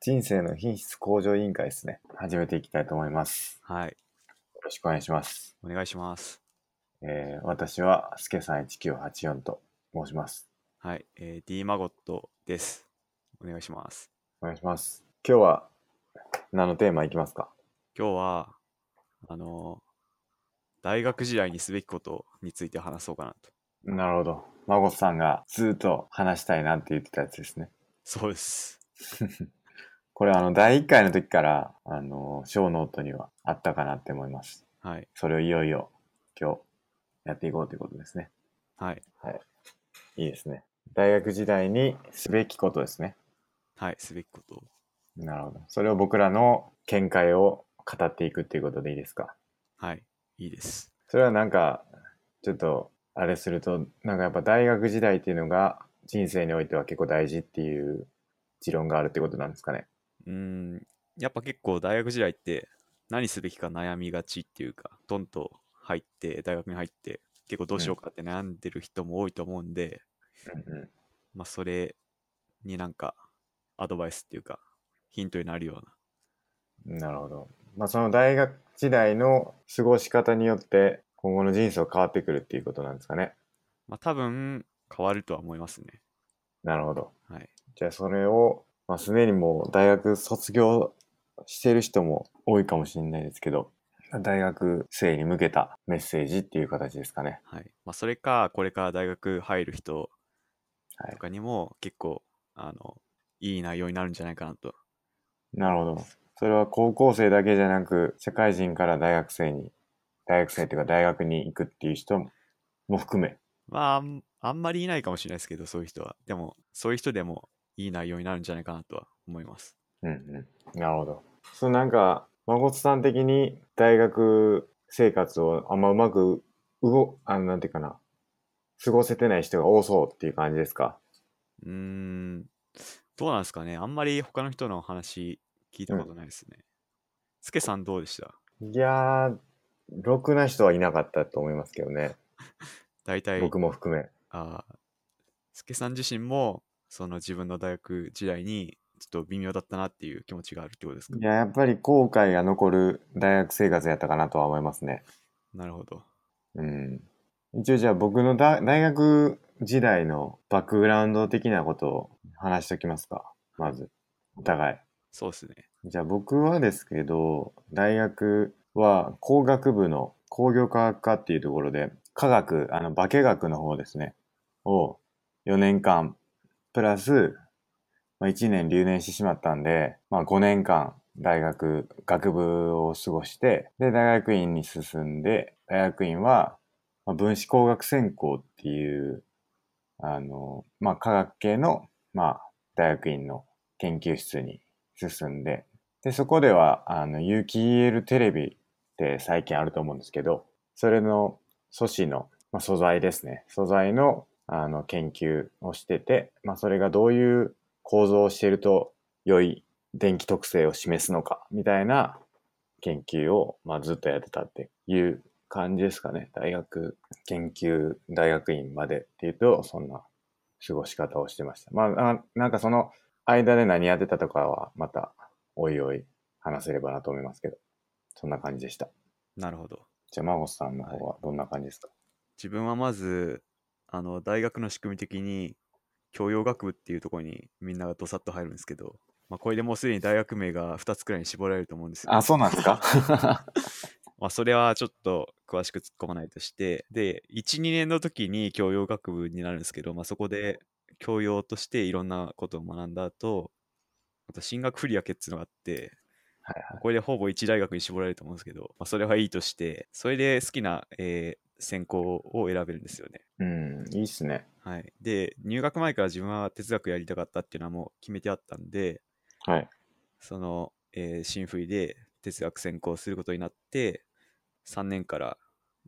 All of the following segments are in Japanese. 人生の品質向上委員会ですね。始めていきたいと思います。はい。よろしくお願いします。お願いします。えー、私は、すけさん1984と申します。はい。えー、D マゴットです。お願いします。お願いします。今日は、何のテーマいきますか今日は、あのー大学時代にすべきことについて話そうかなと。なるほど。孫さんがずっと話したいなって言ってたやつですね。そうです。これ、あの、第1回の時から、あの、小ノートにはあったかなって思います。はい。それをいよいよ、今日、やっていこうということですね。はい。いいですね。大学時代にすべきことですね。はい。すべきこと。なるほど。それを僕らの見解を語っていくっていうことでいいですかはい。いいです。それはなんか、ちょっと、あれすると、なんかやっぱ大学時代っていうのが人生においては結構大事っていう持論があるってことなんですかね。うーん。やっぱ結構大学時代って何すべきか悩みがちっていうか、どんと入って、大学に入って、結構どうしようかって悩んでる人も多いと思うんで、うんうん、まあ、それになんかアドバイスっていうかヒントになるようななるほど。まあその大学時代の過ごし方によって今後の人生は変わってくるっていうことなんですかね。まあ多分変わるとは思いますねなるほど。はいじゃあそれを、まあすでにもう大学卒業してる人も多いかもしれないですけど、大学生に向けたメッセージっていう形ですかね。はいまあそれかこれから大学入る人はいとかにも結構、あのいい内容になるんじゃないかなとなるほど。それは高校生だけじゃなく、社会人から大学生に、大学生というか大学に行くっていう人も含め。まああんあんまりいないかもしれないですけどそういう人はでもそういう人でもいい内容になるんじゃないかなとは思いますうんうん。なるほど。そのなんか、孫さん的に大学生活をあんまうまく、うご、あの、なんていうかな、過ごせてない人が多そうっていう感じですかうーんどうなんですかねあんまり他の人の話聞いたことないですねスケ、さんどうでしたいやー、ろくな人はいなかったと思いますけどね。大体僕も含め。あースケさん自身もその自分の大学時代にちょっと微妙だったなっていう気持ちがあるってことですかいや、やっぱり後悔が残る大学生活やったかなとは思いますね。なるほどうん。一応じゃあ僕のだ大学時代のバックグラウンド的なことを話しときますか。まず、お互い。そうですねじゃあ僕はですけど、大学は工学部の工業科学科っていうところで、科学、あの、化学の方ですね、を4年間、プラス、まあ、1年留年してしまったんで、まあ5年間、大学、学部を過ごして、で、大学院に進んで、大学院は、まあ、分子工学専攻っていう、あの、まあ科学系の、まあ、大学院の研究室に進んで、で、そこでは、あの、有機 EL テレビって最近あると思うんですけど、それの素子の、まあ、素材ですね。素材の、あの、研究をしてて、まあ、それがどういう構造をしていると良い電気特性を示すのか、みたいな研究を、まあ、ずっとやってたっていう感じですかね。大学、研究、大学院までっていうと、そんな過ごし方をしてました。まあ、あなんかその、間で何やってたとかはまたおいおい話せればなと思いますけど、そんな感じでした。なるほどじゃあ、孫さんの方はどんな感じですか、自分はまずあの大学の仕組み的に教養学部っていうところにみんながどさっと入るんですけど、まあ、これでもうすでに大学名が2つくらいに絞られると思うんですよあ、そうなんですかまあ、それはちょっと詳しく突っ込まないとして、で、1、2年の時に教養学部になるんですけど、まあ、そこで教養としていろんなことを学んだ後、あと進学振り分けっていうのがあって、はいこれでほぼ1大学に絞られると思うんですけど、まあ、それはいいとして、それで好きな、えー専攻を選べるんですよね。 うん、いいっすね。はい。で、入学前から自分は哲学やりたかったっていうのはもう決めてあったんで、はい。その、えー、新不意で哲学専攻することになって3年から、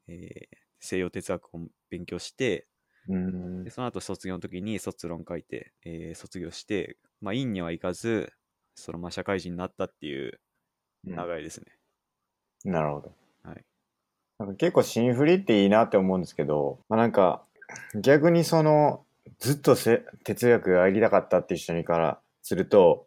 えー西洋哲学を勉強してうんで、その後卒業の時に卒論書いて、えー卒業して、まあ、院には行かずそのまあ社会人になったっていう流れですね、なるほど。はい。なんか結構新振りっていいなって思うんですけど、まあ、なんか逆にそのずっとせ哲学やりたかったっていう人にからすると、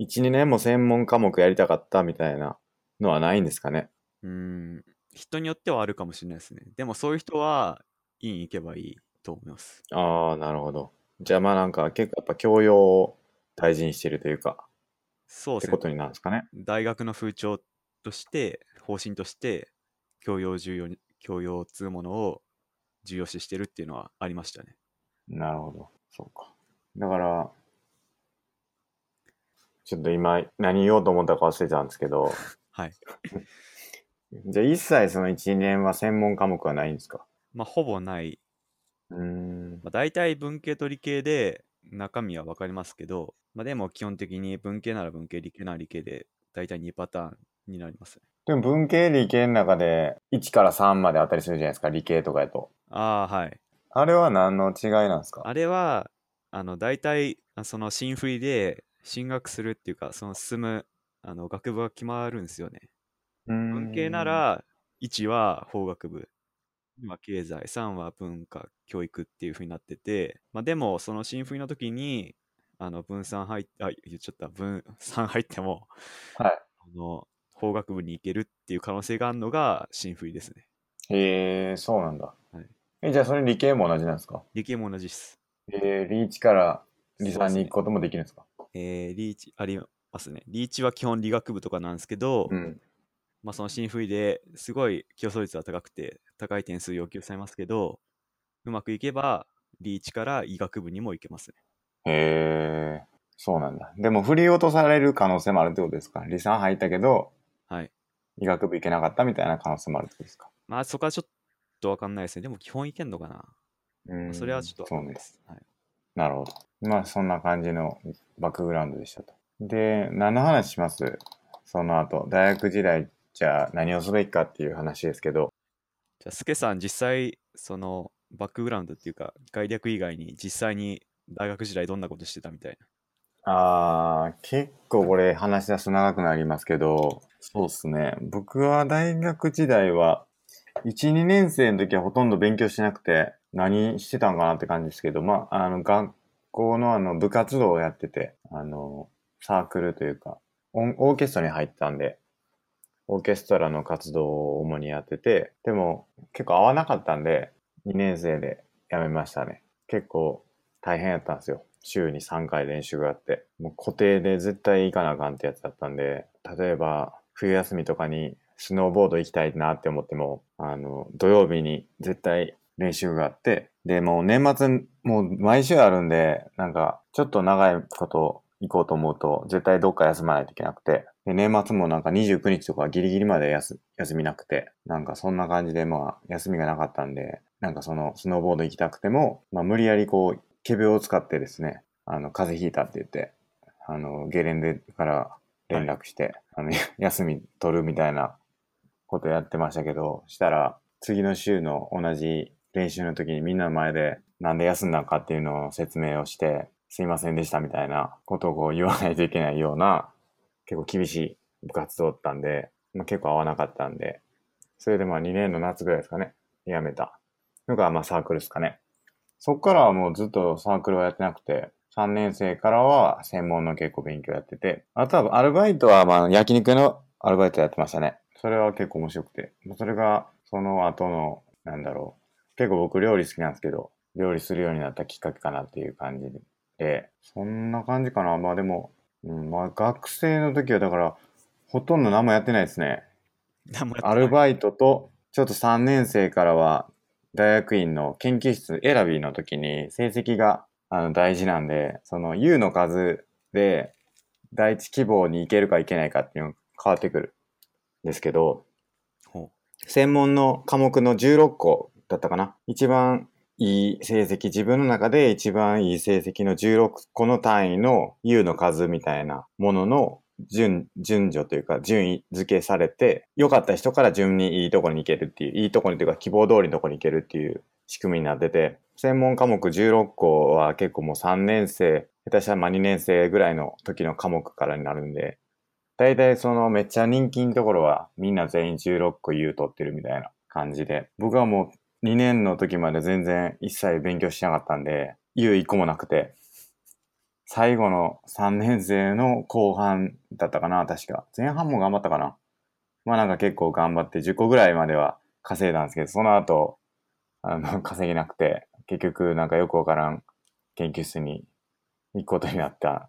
1、2年も専門科目やりたかったみたいなのはないんですかね。うーん、人によってはあるかもしれないですね。でもそういう人は、院行けばいいと思います。ああ、なるほど。じゃあまあなんか結構やっぱ教養を大事にしてるというか、そうってですこね。とになるんですかね。大学の風潮として、方針として、教養重要に、教養っつうものを重要視してるっていうのはありましたね。なるほど。そうか。だから、ちょっと今何言おうと思ったか忘れたんですけど、はい。じゃあ一切その1、2年は専門科目はないんですかまあ、ほぼない。うーん。まあ、大体文系と理系で中身は分かりますけど、まあ、でも基本的に文系なら文系、理系なら理系で、大体2パターンになりますね。でも文系理系の中で1から3まであったりするじゃないですか、理系とかやと。ああ、はい。あれは何の違いなんですかあれは、あの、大体、あその新振りで進学するっていうか、その進む、あの、学部が決まるんですよね。文文系な、ら、1は法学部、2は経済、3は文化、教育っていう風になってて、まあでも、その新振りの時に、あの、分散入っあ、言っちゃった、分散入っても、はい。あの、法学部に行けるっていう可能性があるのが新振りですね。へえ、そうなんだ。はいえ、じゃあそれ理系も同じなんですか理系も同じです。えー、リーチから理そう三ですにね行くこともできるんですかえー、リーチありますね。リーチは基本理学部とかなんですけど、うん。まあ、その新振りですごい競争率は高くて高い点数要求されますけどうまくいけばリーチから医学部にも行けますねへえ、そうなんだ。でも振り落とされる可能性もあるってことですか理三入ったけど、はい医学部行けなかったみたいな可能性もあるってことですかまあそこはちょっとわかんないですねでも基本いけんのかな、うまんあそれはちょっとわそかうんねないで。す、はい、なるほど。まあそんな感じのバックグラウンドでしたと。で、何の話しますその後、大学時代じゃあ何をすべきかっていう話ですけど、じゃあスケさん実際そのバックグラウンドっていうか概略以外に実際に大学時代どんなことしてたみたいなあー、結構これ話し出すと長くなりますけど、そうですね。僕は大学時代は、1、2年生の時はほとんど勉強しなくて、何してたんかなって感じですけど、まあ、あの、学校のあの、部活動をやってて、あの、サークルというか、オンオーケストラに入ったんで、オーケストラの活動を主にやってて、でも結構合わなかったんで、2年生で辞めましたね。結構大変やったんですよ。週に3回練習があって、もう固定で絶対行かなあかんってやつだったんで、例えば冬休みとかにスノーボード行きたいなって思っても、あの、土曜日に絶対練習があって、で、もう年末、もう毎週あるんで、なんか、ちょっと長いこと行こうと思うと、絶対どっか休まないといけなくて、で、年末もなんか29日とかギリギリまで休休みなくて、なんかそんな感じで、まあ、休みがなかったんで、なんかその、スノーボード行きたくても、まあ、無理やりこう、仮病を使ってですね、あの、風邪ひいたって言って、あの、ゲレンデから連絡して、あの、 休み取るみたいなことやってましたけど、したら、次の週の同じ練習の時にみんなの前で、なんで休んだのかっていうのを説明をして、すいませんでしたみたいなことをこう言わないといけないような、結構厳しい部活動だったんで、まあ、結構合わなかったんで、それでまあ2年の夏ぐらいですかね、辞めたのがまあサークルですかね。そっからはもうずっとサークルはやってなくて、3年生からは専門の結構勉強やってて、あとはアルバイトはまあ焼肉のアルバイトやってましたね。それは結構面白くて。それがその後の、なんだろう。結構僕料理好きなんですけど、料理するようになったきっかけかなっていう感じで、そんな感じかな。まあでも、うん、まあ学生の時はだから、ほとんど何もやってないですね。何もやってないアルバイトと、ちょっと3年生からは、大学院の研究室選びの時に成績があの大事なんで、その U の数で第一希望に行けるか行けないかっていうのが変わってくるんですけど、ほ専門の科目の16個だったかな。一番いい成績、自分の中で一番いい成績の16個の単位の U の数みたいなものの順、順序というか順位付けされて、良かった人から順にいいところに行けるっていう、いいところにというか希望通りのところに行けるっていう仕組みになってて、専門科目16個は結構もう3年生、下手したらまあ2年生ぐらいの時の科目からになるんで、大体そのめっちゃ人気のところはみんな全員16個言う取ってるみたいな感じで、僕はもう2年の時まで全然一切勉強しなかったんで、言う1個もなくて、最後の3年生の後半だったかな、確か。前半も頑張ったかな。まあなんか結構頑張って10個ぐらいまでは稼いだんですけど、その後、あの、 稼げなくて、結局なんかよくわからん研究室に行くことになった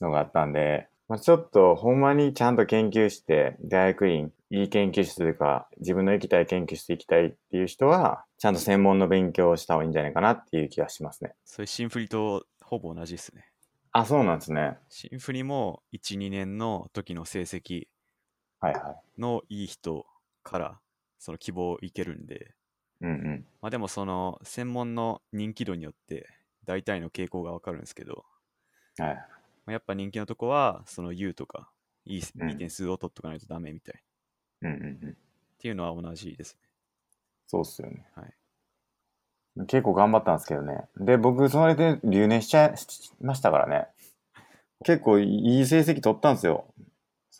のがあったんで、まあ、ちょっとほんまにちゃんと研究して、大学院、いい研究室というか、自分の行きたい研究室行きたいっていう人は、ちゃんと専門の勉強をした方がいいんじゃないかなっていう気がしますね。それシンフリとほぼ同じですね。あ、そうなんですね。シンフリも1、2年の時の成績はいはい。のいい人からその希望いけるんで、うんうん。まあでもその専門の人気度によって大体の傾向がわかるんですけど、はい。まあ、やっぱ人気のとこはその U とかいい,、うんいい点数を取っとかないとダメみたいっうんうんうん。ていうのは同じですね。そうっすよね。はい。結構頑張ったんですけどね。で、僕、それで留年しちゃいしましたからね。結構いい成績取ったんですよ。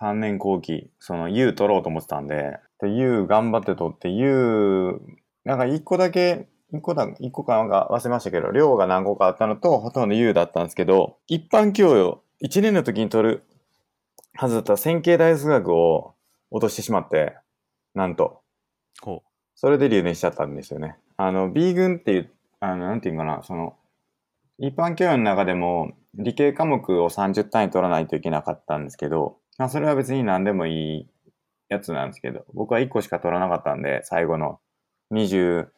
3年後期。その U 取ろうと思ってたんで。で、U 頑張って取って、U、なんか1個だけ、1個だ、一個かなんか忘れましたけど、量が何個かあったのと、ほとんど U だったんですけど、一般教養、1年の時に取るはずだった線形代数学を落としてしまって、なんと。ほう。それで留年しちゃったんですよね。あの、B 群っていう、あの、なんていうんかな、その、一般教養の中でも理系科目を30単位取らないといけなかったんですけど、まあ、それは別に何でもいいやつなんですけど、僕は1個しか取らなかったんで、最後の29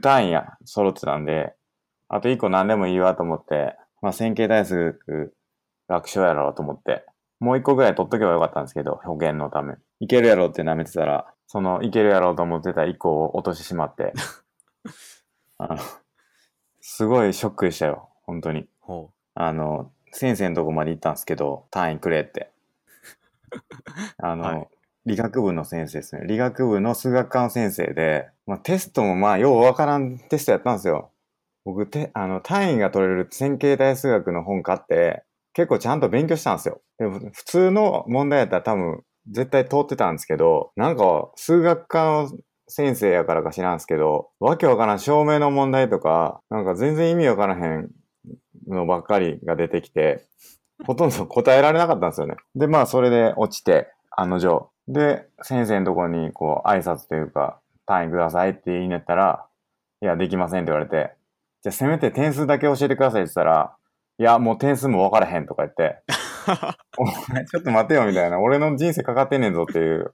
単位や揃ってたんで、あと1個何でもいいわと思って、まあ、線形代数学楽勝やろうと思って、もう1個ぐらい取っとけばよかったんですけど、表現のため。いけるやろうって舐めてたら、その、いけるやろうと思ってた1個を落としてしま って、あの、すごいショックでしたよ、本当に。ほあの、先生のとこまで行ったんですけど、単位くれ って。あの、はい理学部の先生ですね。理学部の数学科の先生で、まあ、テストもまあ、ようわからんテストやったんですよ。僕、て、あの、単位が取れる線形代数学の本買って、結構ちゃんと勉強したんですよ。でも、普通の問題やったら多分、絶対通ってたんですけど、なんか、数学科の先生やからか知らんすけど、わけわからん証明の問題とか、なんか全然意味わからへんのばっかりが出てきて、ほとんど答えられなかったんですよね。で、まあ、それで落ちて、案の定。で、先生のとこに、こう、挨拶というか、単位くださいって言いに行ったら、いや、できませんって言われて、じゃあせめて点数だけ教えてくださいって言ったら、いや、もう点数も分からへんとか言って、お前ちょっと待てよみたいな、俺の人生かかってんねんぞっていう、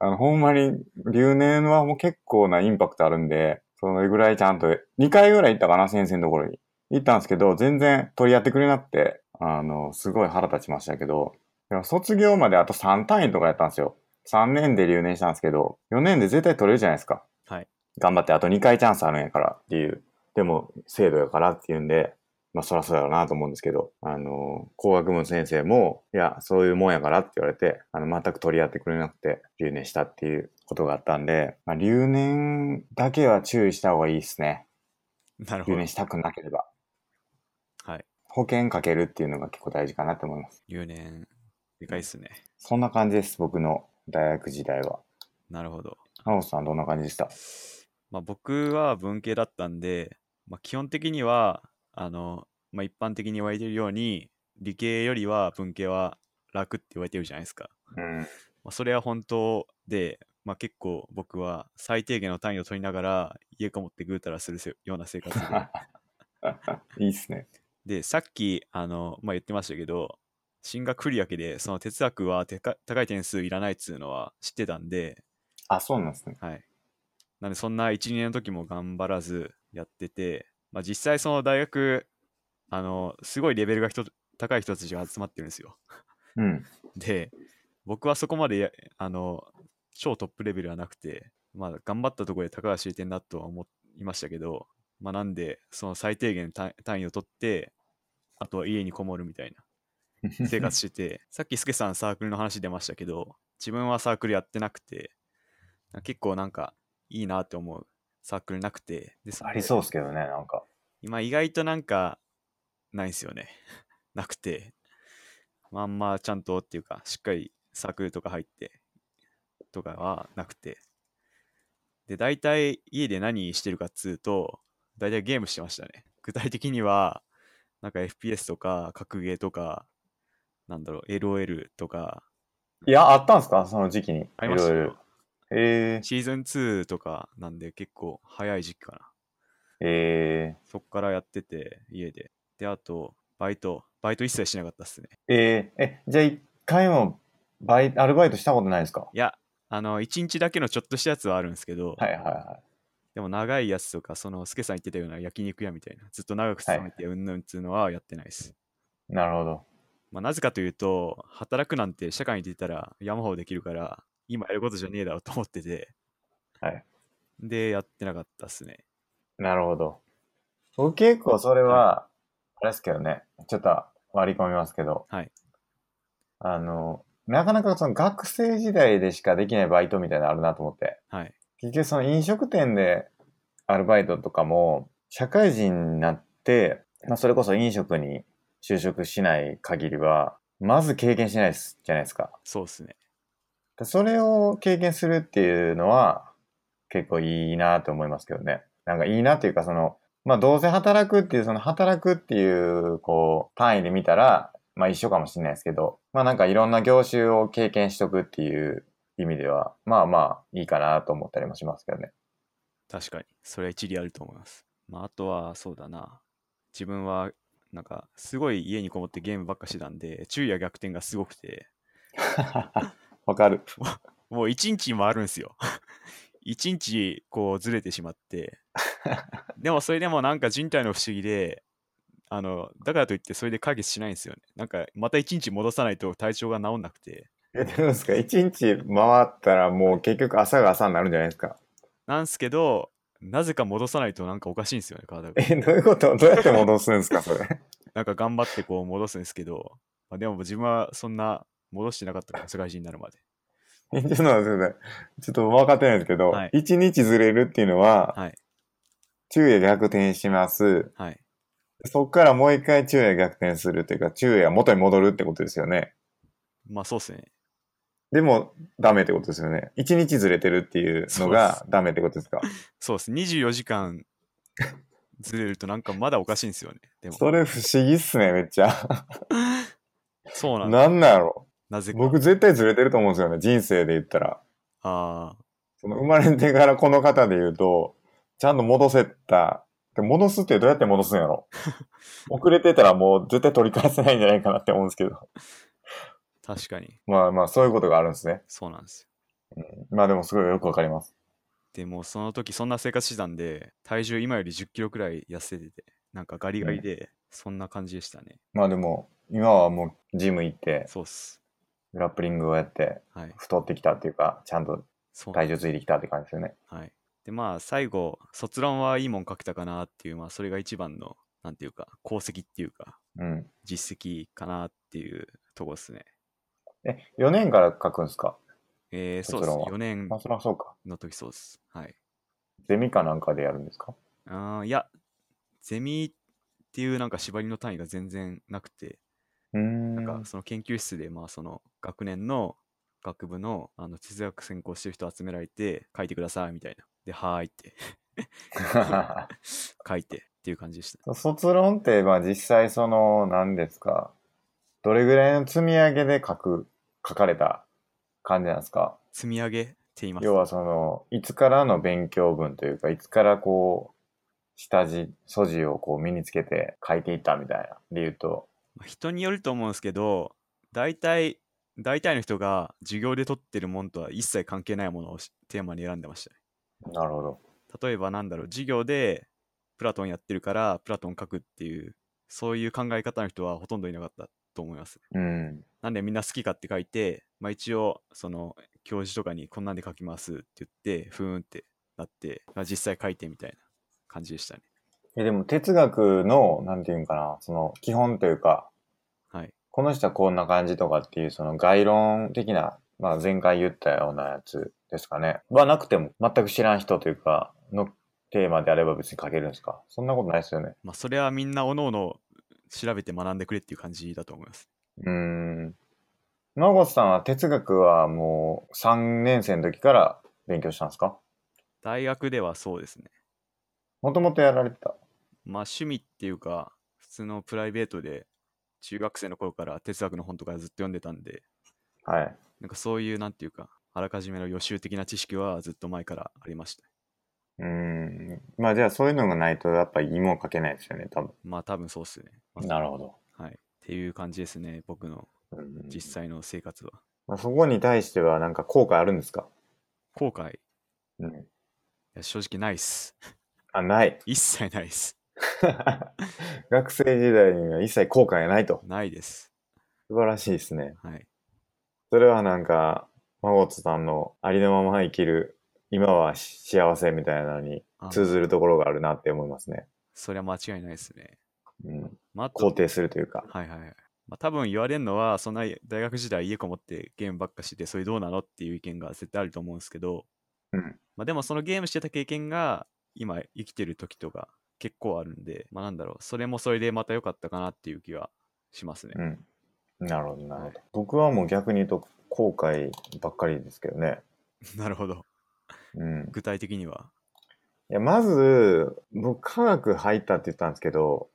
あの、ほんまに、留年はもう結構なインパクトあるんで、それぐらいちゃんと、2回ぐらい行ったかな、先生のところに。行ったんですけど、全然取り合ってくれなくて、あの、すごい腹立ちましたけど、でも卒業まであと3単位とかやったんですよ。3年で留年したんですけど、4年で絶対取れるじゃないですか。はい。頑張って、あと2回チャンスあるんやからっていう、でも、制度やからっていうんで、まあ、そらそうやろうなと思うんですけど、あの、工学部の先生も、いや、そういうもんやからって言われて、あの、全く取り合ってくれなくて、留年したっていうことがあったんで、まあ、留年だけは注意した方がいいですね。う。なるほ留ど年。したくなければ。はい。保険かけるっていうのが結構大事かなと思います。留年、でかいっすね。そんな感じです、僕の大学時代は。なるほど。花本さんどんな感じでしたまあ、僕は文系だったんで、まあ、基本的にはあの、まあ、一般的に言われてるように理系よりは文系は楽って言われてるじゃないですか、うん。まあ、それは本当で、まあ、結構僕は最低限の単位を取りながら家こもってぐうたらするせような 生活 いいっすね。ででさっきあの、まあ、言ってましたけど進学振り分けでその哲学はてか高い点数いらないっつうのは知ってたんで、あ、そうなんですね。はい。なんで、そんな1、2年の時も頑張らずやってて、まあ、実際、その大学、あの、すごいレベルが人高い人たちが集まってるんですよ。うん。で、僕はそこまでや、あの、超トップレベルはなくて、まあ、頑張ったところで高が知れてんなとは思いましたけど、まあ、なんで、その最低限単単位を取って、あとは家にこもるみたいな。生活して て、さっきスケさんサークルの話出ましたけど、自分はサークルやってなくて、結構なんかいいなって思うサークルなくて、でありそうっすけどね、なんか。今意外となんかないんすよね。 なくて、まああんまちゃんとっていうか、しっかりサークルとか入ってとかはなくて。で、大体家で何してるかっつうと、大体ゲームしてましたね。具体的には、なんか FPS とか、格ゲーとか、なんだろう、LOL とか、いや、あったんすかその時期に。ありましたいろいろよ。えー、シーズン2とかなんで結構早い時期かな。えそっからやってて、家で。で、あと、バイト。バイト一切しなかったっすね。ー、えー、え、じゃあ一回もバイアルバイトしたことないですかいや、あの、1日だけのちょっとしたやつはあるんですけど、はいはいはでも長いやつとか、その、スケさん言ってたような焼肉屋みたいな、ずっと長く勤めてうんぬんっつうのはやってないです。い。なるほど。まあ、なぜかというと、働くなんて社会に出たら山ほどできるから、今やることじゃねえだろうと思ってて、はい。で、やってなかったっすね。なるほど。僕結構それは、あれですけどね、ちょっと割り込みますけど、はい。あの、なかなかその学生時代でしかできないバイトみたいなのあるなと思って、はい。結局その飲食店でアルバイトとかも、社会人になって、まあそれこそ飲食に就職しない限りは、まず経験しないですじゃないですか。そうっすね。でそれを経験するっていうのは結構いいなと思いますけどね。なんかいいなっていうかその、まあどうせ働くっていうその働くっていうこう単位で見たらまあ一緒かもしれないですけど、まあなんかいろんな業種を経験しとくっていう意味ではまあまあいいかなと思ったりもしますけどね。確かに。それは一理あると思います。まあ、あとは、そうだな。自分は、なんか、すごい家にこもってゲームばっかしてたんで、昼夜逆転がすごくて、わかる。もう一日回るんですよ。 一日、こう、ずれてしま って。でも、それでもなんか人体の不思議で、あの、だからといって、それで解決しないんですよね。なんか、また一日戻さないと体調が治んなくて。え、どうですか一日回ったらもう結局朝が朝になるんじゃないですか。なんすけど、なぜか戻さないとなんかおかしいんですよね、体が。え、どういうことどうやって戻すんですかそれ。なんか頑張ってこう戻すんですけど、まあ、でも自分はそんな戻してなかったから、社会人になるまで。えちょっと待ってください。ちょっと分かってないんですけどはい、一、日ずれるっていうのは、はい。昼夜逆転します。はい。そっからもう一回昼夜逆転するっていうか、昼夜元に戻るってことですよね。まあそうっすね。でも、ダメってことですよね。一日ずれてるっていうのそうがダメってことですか。そうっす。24時間ずれるとなんかまだおかしいんですよね。でも、それ不思議っすね、めっちゃ。そうなんなだ。んなんやろなぜか。僕絶対ずれてると思うんですよね、人生で言ったら。ああ、その生まれてからこの方で言うと、ちゃんと戻せた。で戻すってどうやって戻すんや ろ遅れてたらもう絶対取り返せないんじゃないかなって思うんですけど。確かに。まあまあ、そういうことがあるんですね。そうなんですよ。まあでもすごいよくわかります。でもうその時そんな生活してたんで、体重今より10キロくらい痩せてて、なんかガリガリで、そんな感じでしたね。まあでも、今はもうジム行って、そうっす。グラップリングをやって、はい。太ってきたっていうか、ちゃんとそう体重ついてきたって感じですよね。はい。で、まあ、最後、卒論はいいもん書けたかなっていう、まあ、それが一番の、なんていうか、功績っていうか、うん。実績かなっていうとこですね。え、4年から書くんですかえー、そう卒です論ね。は4年まあそりゃそうか。の時そうです。はい。ゼミかなんかでやるんですかあーいや、ゼミっていうなんか縛りの単位が全然なくて、うーん。なんかその研究室で、まあ、その学年の学部のあの哲学専攻してる人集められて、書いてくださいみたいな。で、はーいって 書いてっていう感じでした。卒論って、まあ実際その、何ですか、どれぐらいの積み上げで書く、書かれた感じなんですか積み上げって言います。要はその、いつからの勉強文というか、いつからこう、下地、素地をこう身につけて書いていったみたいな理由と、まあ人によると思うんですけど大体大体の人が授業で取ってるもんとは一切関係ないものをしテーマに選んでましたねなるほど。例えばなんだろう授業でプラトンやってるからプラトン書くっていうそういう考え方の人はほとんどいなかったと思いますうん。なんでみんな好きかって書いて、まあ、一応その教授とかにこんなんで書きますって言ってふーんってなって、まあ、実際書いてみたいな感じでしたねえ、でも哲学の、なんていうんかな、その基本というか、はいこの人はこんな感じとかっていう、その概論的な、まあ前回言ったようなやつですかね。はなくても、全く知らん人というか、のテーマであれば別に書けるんですかそんなことないですよね。まあそれはみんなおのおの調べて学んでくれっていう感じだと思いますうーん。野口さんは哲学はもう3年生の時から勉強したんですか大学ではそうですねもともとやられてた。まあ趣味っていうか、普普通のプライベートで中学生の頃から哲学の本とかずっと読んでたんで、はい。なんかそういうなんていうか、あらかじめの予習的な知識はずっと前からありました。うん。まあじゃあそういうのがないとやっぱり芋をかけないですよね、多分。まあ多分そうっすね。まあなるほど。はい。っていう感じですね、僕のうん実際の生活は。まあ、そこに対してはなんか後悔あるんですか後悔、いうん。や正直ないっす。 あ、ない。一切ないっす。 学生時代には一切後悔がないと。ないです。素晴らしいですね。はい。それはなんか、マゴットさんのありのまま生きる、今は幸せみたいなのにあ通ずるところがあるなって思いますね。それは間違いないですね。うん。まあ、あと肯定するというか。はいはいはい。まあ、多分言われるのは、そんな大学時代家こもってゲームばっかしてて、それどうなのっていう意見が絶対あると思うんですけど、うん。まあ、でもそのゲームしてた経験が、今生きてる時とか結構あるんで、まあなんだろう、それもそれでまた良かったかなっていう気はしますね。うん。なるほど、なるほはいど。僕はもう逆に言うと後悔ばっかりですけどね。 なるほど。うん。具体的には。いや、まず、僕、科学入ったって言ったんですけど、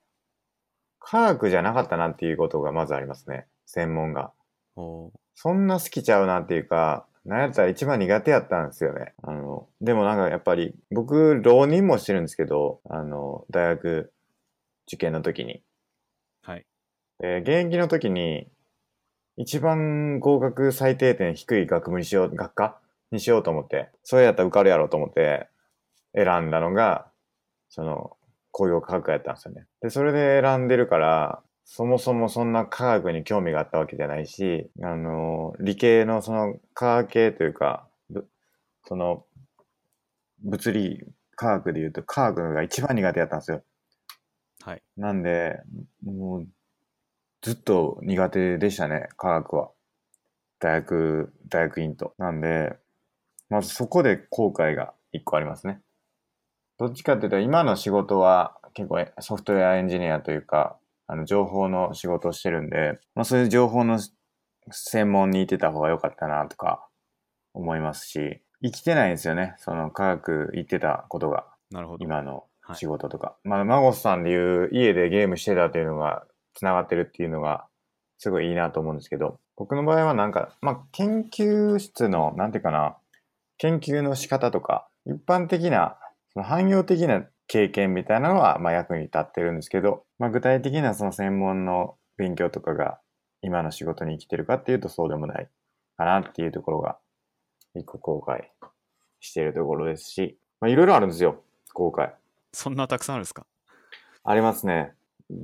科学じゃなかったなっていうことがまずありますね。専門が。おーそんな好きちゃうなっていうか、なんやったら一番苦手やったんですよね。あの、でもなんかやっぱり、僕、浪人もしてるんですけど、あの、大学受験の時に。はい。で、現役の時に、一番合格最低点低い学部にしよう、学科にしようと思って、それやったら受かるやろうと思って、選んだのが、その、工業科学科やったんですよね。で、それで選んでるから、そもそもそんな科学に興味があったわけじゃないし、あの、理系のその科学系というか、ぶその、物理科学で言うと科学が一番苦手やったんですよ。はい。なんで、もう、ずっと苦手でしたね、科学は。大学、大学院と。なんで、まずそこで後悔が一個ありますね。どっちかっていうと、今の仕事は結構えソフトウェアエンジニアというか、あの、情報の仕事をしてるんで、まあそういう情報の専門に行ってた方が良かったなとか思いますし、生きてないんですよね、その科学行ってたことが。なるほど。今のはい仕事とか。まあ、孫さんでいう家でゲームしてたというのが、つながってるっていうのが、すごいいいなと思うんですけど、僕の場合はなんか、まあ、研究室の、なんていうかな、研究の仕方とか、一般的な、その汎用的な経験みたいなのは、まあ、役に立ってるんですけど、まあ、具体的なその専門の勉強とかが、今の仕事に生きてるかっていうと、そうでもないかなっていうところが、一個後悔してるところですし、まあ、いろいろあるんですよ、後悔。そんなたくさんあるんですかありますね。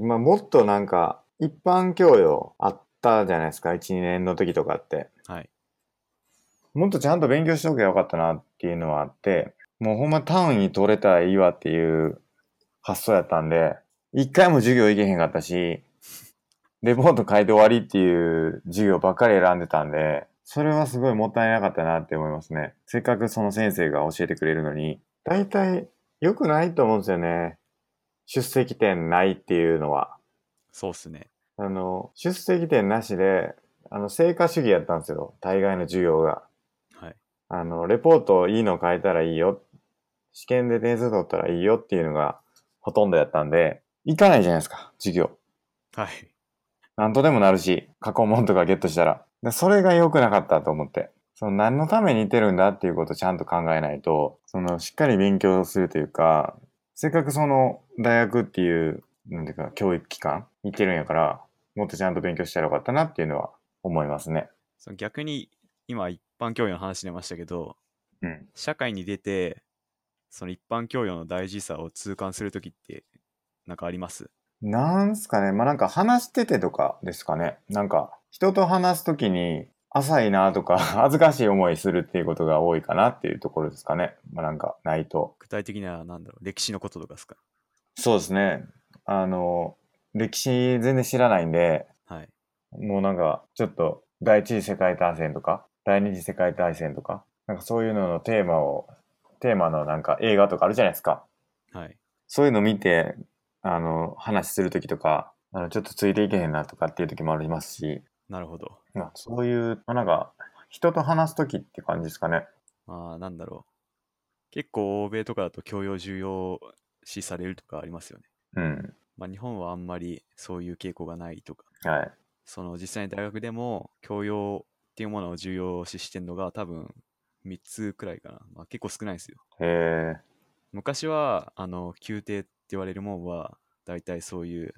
まあ、もっとなんか、一般教養あったじゃないですか、1、2年の時とかって。はい。もっとちゃんと勉強しとけばよかったなっていうのはあって、もうほんま単位取れたらいいわっていう発想やったんで、一回も授業行けへんかったし、レポート書いて終わりっていう授業ばっかり選んでたんで、それはすごいもったいなかったなって思いますね。せっかくその先生が教えてくれるのに、大体良くないと思うんですよね。出席点ないっていうのは。そうっすね。あの、出席点なしで、あの、成果主義やったんですよ。大概の授業が。はい。あの、レポートいいの書いたらいいよ。試験で点数取ったらいいよっていうのがほとんどやったんで、行かないじゃないですか、授業。はい。 なんとでもなるし、過去問とかゲットしたら。でそれが良くなかったと思って。その何のために行ってるんだっていうことをちゃんと考えないと、そのしっかり勉強するというか、せっかくその大学っていう、なんていうか、教育機関行ってるんやから、もっとちゃんと勉強したらよかったなっていうのは思いますね。その逆に、今一般教養の話出ましたけど、うん。社会に出て、その一般教養の大事さを痛感するときって、なんかありますなんすかね。まあ、なんか話しててとかですかね。なんか、人と話すときに、浅いなとか、 恥ずかしい思いするっていうことが多いかなっていうところですかね。まあ、なんか、ないと。具体的には何だろう歴史のこととかですかそうですね。あの、歴史全然知らないんで、はい。もうなんか、ちょっと、第一次世界大戦とか、第二次世界大戦とか、なんかそういうののテーマを、テーマのなんか映画とかあるじゃないですか。はい。そういうの見て、あの、話するときとか、あの、ちょっとついていけへんなとかっていうときもありますし、なるほど。まあ、そういう、まあなんか、人と話すときって感じですかね。ああ、なんだろう。結構欧米とかだと教養重要視されるとかありますよね。うん。まあ、日本はあんまりそういう傾向がないとか、はい。その実際に大学でも教養っていうものを重要視してるのが多分3つくらいかな。まあ、結構少ないんですよ。へえ。昔は、あの、宮廷って言われるもんは、大体そういう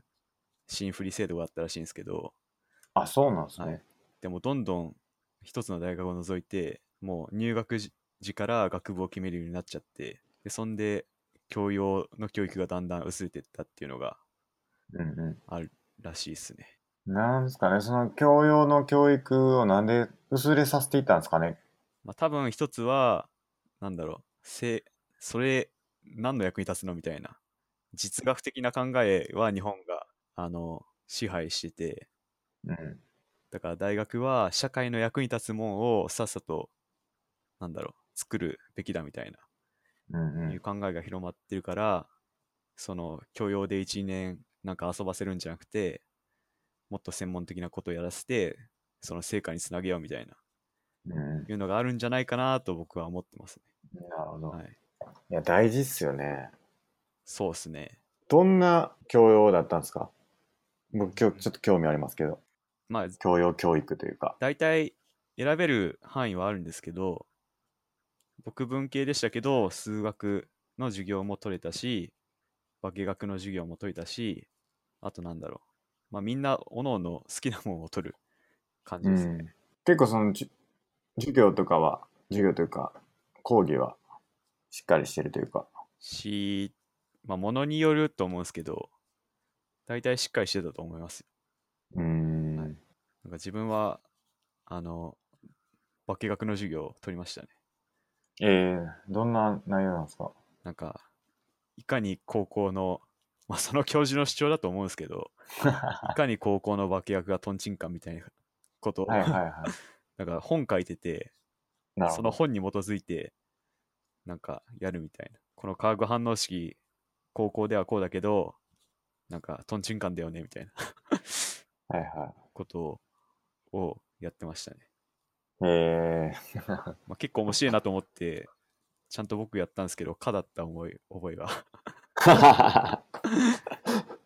新振り制度があったらしいんですけど、あ、そうなんですはねい。でもどんどん一つの大学を除いてもう入学時時から学部を決めるようになっちゃってでそんで教養の教育がだんだん薄れてったっていうのがうんうあるらしいですねん。なんですかね、その教養の教育をなんで薄れさせていったんですかね。まあ多分一つはなんだろうせそれ何の役に立つのみたいな実学的な考えは日本があの支配しててうん。だから大学は社会の役に立つもんをさっさとなんだろう作るべきだみたいなうんいう考えが広まってるから、その教養で1年なんか遊ばせるんじゃなくてもっと専門的なことをやらせてその成果につなげようみたいなうん。うんいうのがあるんじゃないかなと僕は思ってますうん。なるほね。どは。い、いや、大事っすよね。そうですね。どんな教養だったんですか僕、今日ちょっと興味ありますけど。まあ教養教育というか。大体選べる範囲はあるんですけど僕文系でしたけど数学の授業も取れたし化学の授業も取れたしあとなんだろう、まあ、みんなおのおの好きなものを取る感じですね。結構そのじゅ授業とかは授業というか講義はしっかりしてるというかし、まあ、ものによると思うんですけど、大体しっかりしてたと思いますよ。うーん、はいなんか自分は、あの、化学の授業を取りましたね。えー、どんな内容なんですか なんか、いかに高校の、まあ、その教授の主張だと思うんです けど、いかに高校の化学がとんちんかんみたいなことを、はいはいはいなんか本書いてて、なるそほのど本に基づいて、なんかやるみたいな。この化学反応式、高校ではこうだけど、なんかとんちんかんだよねみたいな。はいはことををやってましたね。いえまあ、結構面白いなと思って、ちゃんと僕やったんですけど、かだった思い覚えが。 ー、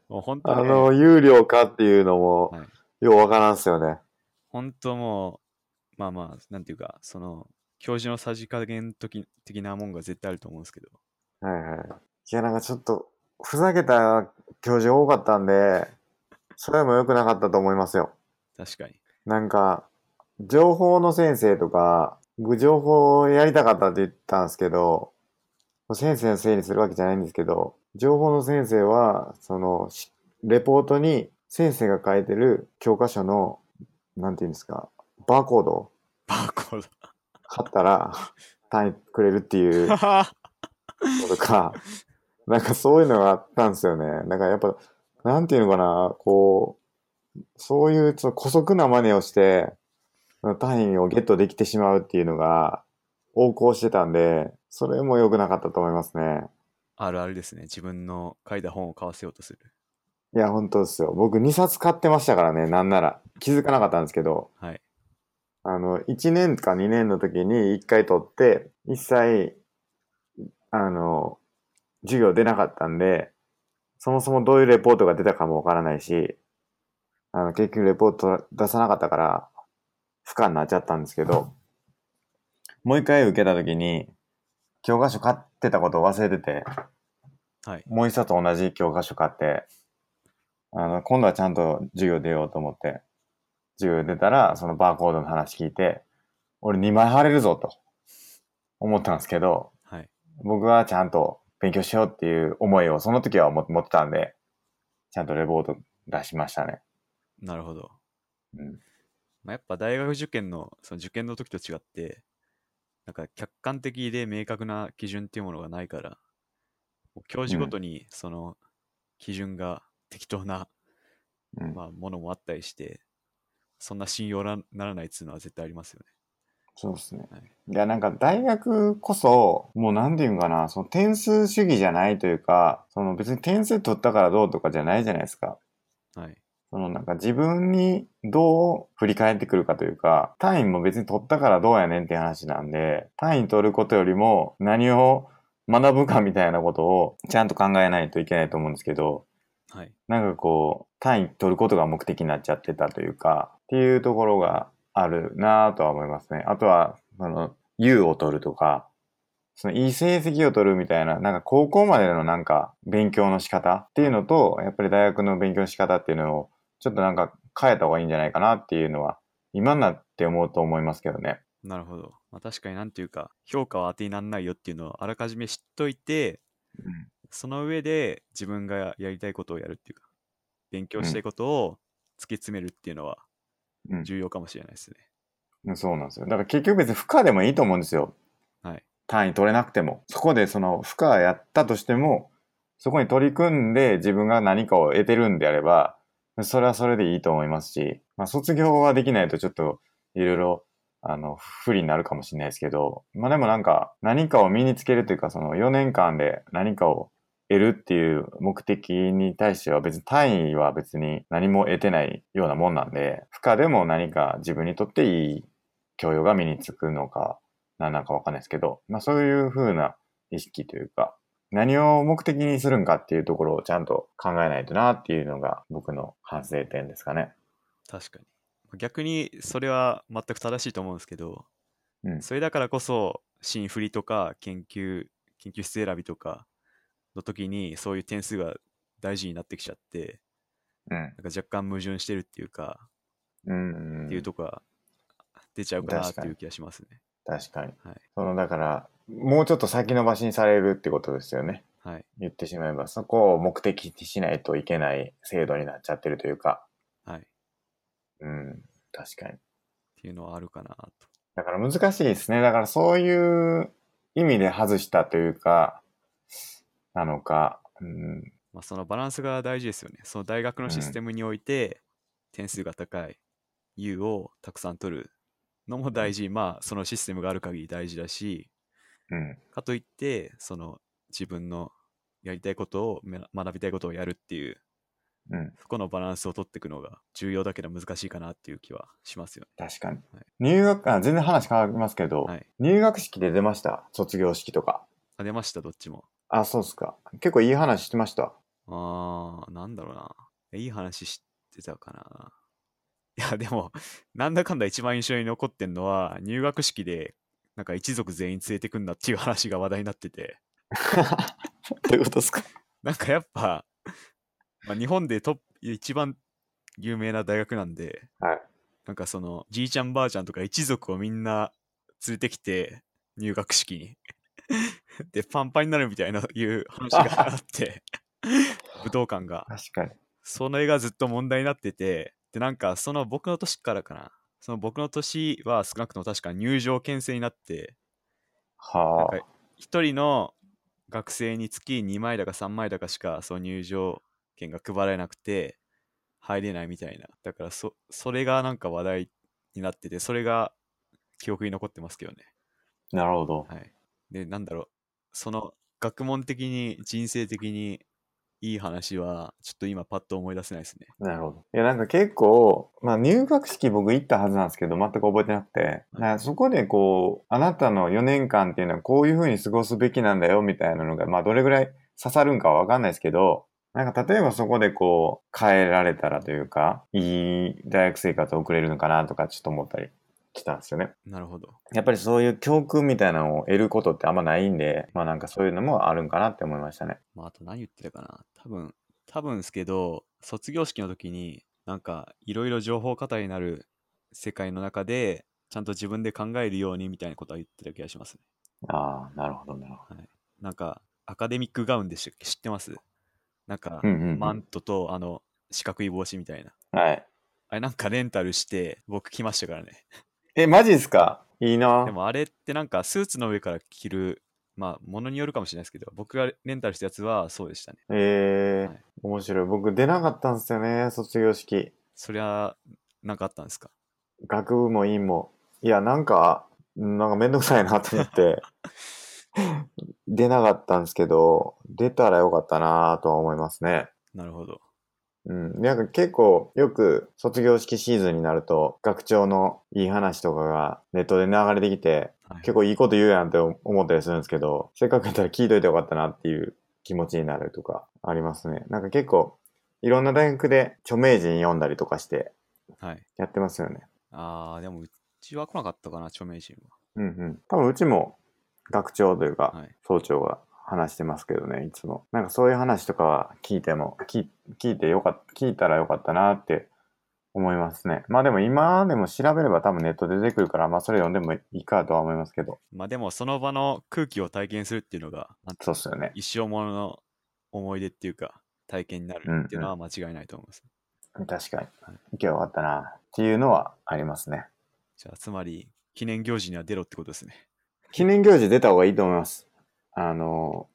もう本当あね、の有料化っていうのも、はいようわからんっすよね本当もう、まあまあ、なんていうか、その、教授のさじ加減時的なもんが絶対あると思うんですけど、はいはいいやなんかちょっとふざけた教授多かったんでそれも良くなかったと思いますよ確かに。なんか、情報の先生とか、僕情報をやりたかったって言ったんですけど、先生のせいにするわけじゃないんですけど、情報の先生は、その、しレポートに先生が書いてる教科書の、なんていうんですか、バーコードをバーコー貼ったら、 単位くれるっていうのド。とか、なんかそういうのがあったんですよね。なんかやっぱ、なんていうのかな、こう、そういうちょっと姑息な真似をして、単位をゲットできてしまうっていうのが横行してたんで、それも良くなかったと思いますね。 あるあるですね。自分の書いた本を買わせようとする。いや、本当ですよ。僕2冊買ってましたからね、なんなら。気づかなかったんですけど、はい。あの、1年か2年の時に1回取って、一切、あの、授業出なかったんで、そもそもどういうレポートが出たかもわからないし、あの、結局レポート出さなかったから、不可になっちゃったんですけど、もう一回受けた時に、教科書買ってたことを忘れてて、はい。もう一冊同じ教科書買って、あの、今度はちゃんと授業出ようと思って、授業出たら、そのバーコードの話聞いて、俺2枚貼れるぞと思ったんですけど、はい。僕はちゃんと勉強しようっていう思いをその時は持持ってたんで、ちゃんとレポート出しましたね。なるほど。うん。まあ、やっぱ大学受験のその受験の時と違ってなんか客観的で明確な基準っていうものがないからもう教授ごとにその基準が適当な、うんまあ、ものもあったりしてそんな信用なならないっつうのは絶対ありますよね。そうですねはい。いや、なんか大学こそ、もうなんていうんかな、その点数主義じゃないというか、その別に点数取ったからどうとかじゃないじゃないですか。はい、そのなんか自分にどう振り返ってくるかというか、単位も別に取ったからどうやねんっていう話なんで、単位取ることよりも何を学ぶかみたいなことをちゃんと考えないといけないと思うんですけど、はい。なんかこう、単位取ることが目的になっちゃってたというか、っていうところがあるなぁとは思いますね。あとは、その、U を取るとか、その、いい成績を取るみたいな、なんか高校までのなんか、勉強の仕方っていうのと、やっぱり大学の勉強の仕方っていうのを、ちょっとなんか変えた方がいいんじゃないかなっていうのは、今になって思うと思いますけどね。なるほど。まあ、確かになんていうか、評価は当てにならないよっていうのをあらかじめ知っといて、うんその上で自分がやりたいことをやるっていうか、勉強うんしたいことを突き詰めるっていうのはうん重要かもしれないですね。うん、そうなんですよ。だから結局別に負荷でもいいと思うんですよ。はい。単位取れなくても。そこでその負荷やったとしても、そこに取り組んで自分が何かを得てるんであれば、それはそれでいいと思いますし、まあ卒業はできないとちょっといろいろ、あの、不利になるかもしれないですけど、まあでもなんか何かを身につけるというか、その4年間で何かを得るっていう目的に対しては別に単位は別に何も得てないようなもんなんで、負荷でも何か自分にとっていい教養が身につくのか、なんだかわかんないですけど、まあそういう風な意識というか、何を目的にするんかっていうところをちゃんと考えないとなっていうのが僕の反省点ですかね。確かに。まあ逆にそれは全く正しいと思うんですけど、うんそれだからこそ、新振りとか研究、研究室選びとかの時に、そういう点数が大事になってきちゃって、うん。なんか若干矛盾してるっていうか、うん、っていうとこが出ちゃうかなっていう気がしますね。確かに。はいその、だから、もうちょっと先延ばしにされるってことですよね。はい。言ってしまえば、そこを目的にしないといけない制度になっちゃってるというか、はい。っうん、確かに。ていうのはあるかなと。だから難しいですね。だからそういう意味で外したというか、なのか、うん、まあ、そのバランスが大事ですよね。その大学のシステムにおいて、点数が高い U をたくさん取るのも大事。まあ、そのシステムがある限り大事だし、うん、かといって、その自分のやりたいことを、め学びたいことをやるっていう、うん。そこのバランスを取っていくのが重要だけど難しいかなっていう気はしますよ確かにはい。入学、あ、全然話変わりますけど、ね。はい。入学式で出ました卒業式とか。あ、出ました、どっちも。あ、そうっすか。結構いい話してました。あー、なんだろうな。えいい話してたかな。 いや、でも、なんだかんだ一番印象に残ってんのは、入学式で、なんか一族全員連れてくんなっていう話が話題になってて、 どういうことですかなんかやっぱ、まあ、日本でトップ、一番有名な大学なんで、はいなんかその、じいちゃんばあちゃんとか一族をみんな連れてきて、入学式に。 で、パンパンになるみたいな、いう話があって、 武道館が。確かに。その絵がずっと問題になってて、で、なんかその僕の年からかな。その僕の年は少なくとも確か入場権制になって、なんはか一人の学生につき2枚だか3枚だかしかその入場券が配られなくて、入れないみたいな。だからそ、それがなんか話題になってて、それが記憶に残ってますけどね。あ。なるほど。はい。で、なんだろう。その学問的に人生的にいい話は、ちょっと今パッと思い出せないですね。なるほど。いや、なんか結構、まあ入学式僕行ったはずなんですけど、全く覚えてなくて、だからそこでこう、あなたの4年間っていうのはこういうふうに過ごすべきなんだよみたいなのが、まあどれぐらい刺さるんかはわかんないですけど、なんか例えばそこでこう、変えられたらというか、いい大学生活を送れるのかなとかちょっと思ったりしたんですよね。なるほど。やっぱりそういう教訓みたいなのを得ることってあんまないんで、まあなんかそういうのもあるんかなって思いましたね。まあ、あと何言ってたかな多分、多分ですけど、卒業式の時に、なんか、いろいろ情報過多になる世界の中で、ちゃんと自分で考えるようにみたいなことは言ってた気がしますね。ああ、なるほど、なるほなんか、アカデミックガウンでしたっけ知ってますなんかど。う、んうん、うん。マントと、あの、四角い帽子みたいな。はい。あれなんかレンタルして、僕着ましたからね。え、マジですかいいなでもあれってなんかスーツの上から着る、まあ、ものによるかもしれないですけど、僕がレンタルしたやつはそうでしたね。ええはい面白い。僕出なかったんですよね、卒業式。そりゃ、なんかあったんですか学部も院も。いや、なんか、なんかめんどくさいなと思 って、出なかったんですけど、出たらよかったなとは思いますね。なるほど。うん。なんか結構よく卒業式シーズンになると、学長のいい話とかがネットで流れてきて、はい結構いいこと言うやんって思ったりするんですけど、せっかくやったら聞いといてよかったなっていう気持ちになるとかありますね。なんか結構いろんな大学で著名人読んだりとかしてはい。やってますよね。あー、でもうちは来なかったかな、著名人うんうん。多分うちも学長というか、は。はい。総長が話してますけどね、いつも。なんかそういう話とかは聞いても、聞聞いてよかっ聞いたらよかったなって思いますね。まあでも今でも調べれば多分ネットで出てくるから、まあそれ読んでもいいかとは思いますけど。まあでもその場の空気を体験するっていうのが、なんそうっすよね。一生ものの思い出っていうか、体験になるっていうのは間違いないと思います。確かに。行けばよかったなっていうのはありますね。じゃあ、つまり、記念行事には出ろってことですね。記念行事出た方がいいと思います。あの、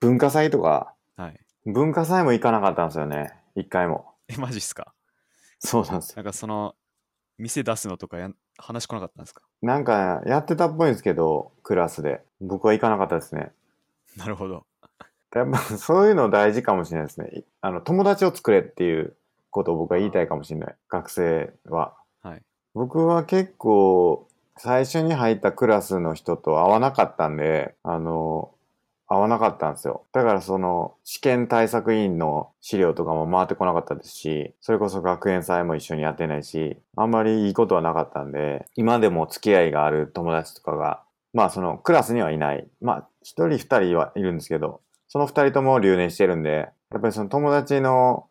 文化祭とか、はい。文化祭も行かなかったんですよね。一回も。え、マジっすかそうなんですよ。なんかその、店出すのとかやん話来なかったんですかなんか、やってたっぽいんですけど、クラスで。僕は行かなかったですね。なるほど。やっぱ、そういうの大事かもしれないですね。いあの、友達を作れっていうことを僕は言いたいかもしれない。学生は。はい。僕は結構、最初に入ったクラスの人と会わなかったんで、あの、会わなかったんですよ。だからその、試験対策委員の資料とかも回ってこなかったですし、それこそ学園祭も一緒にやってないし、あんまりいいことはなかったんで、今でも付き合いがある友達とかが、まあその、クラスにはいない。まあ、一人二人はいるんですけど、その二人とも留年してるんで、やっぱりその友達の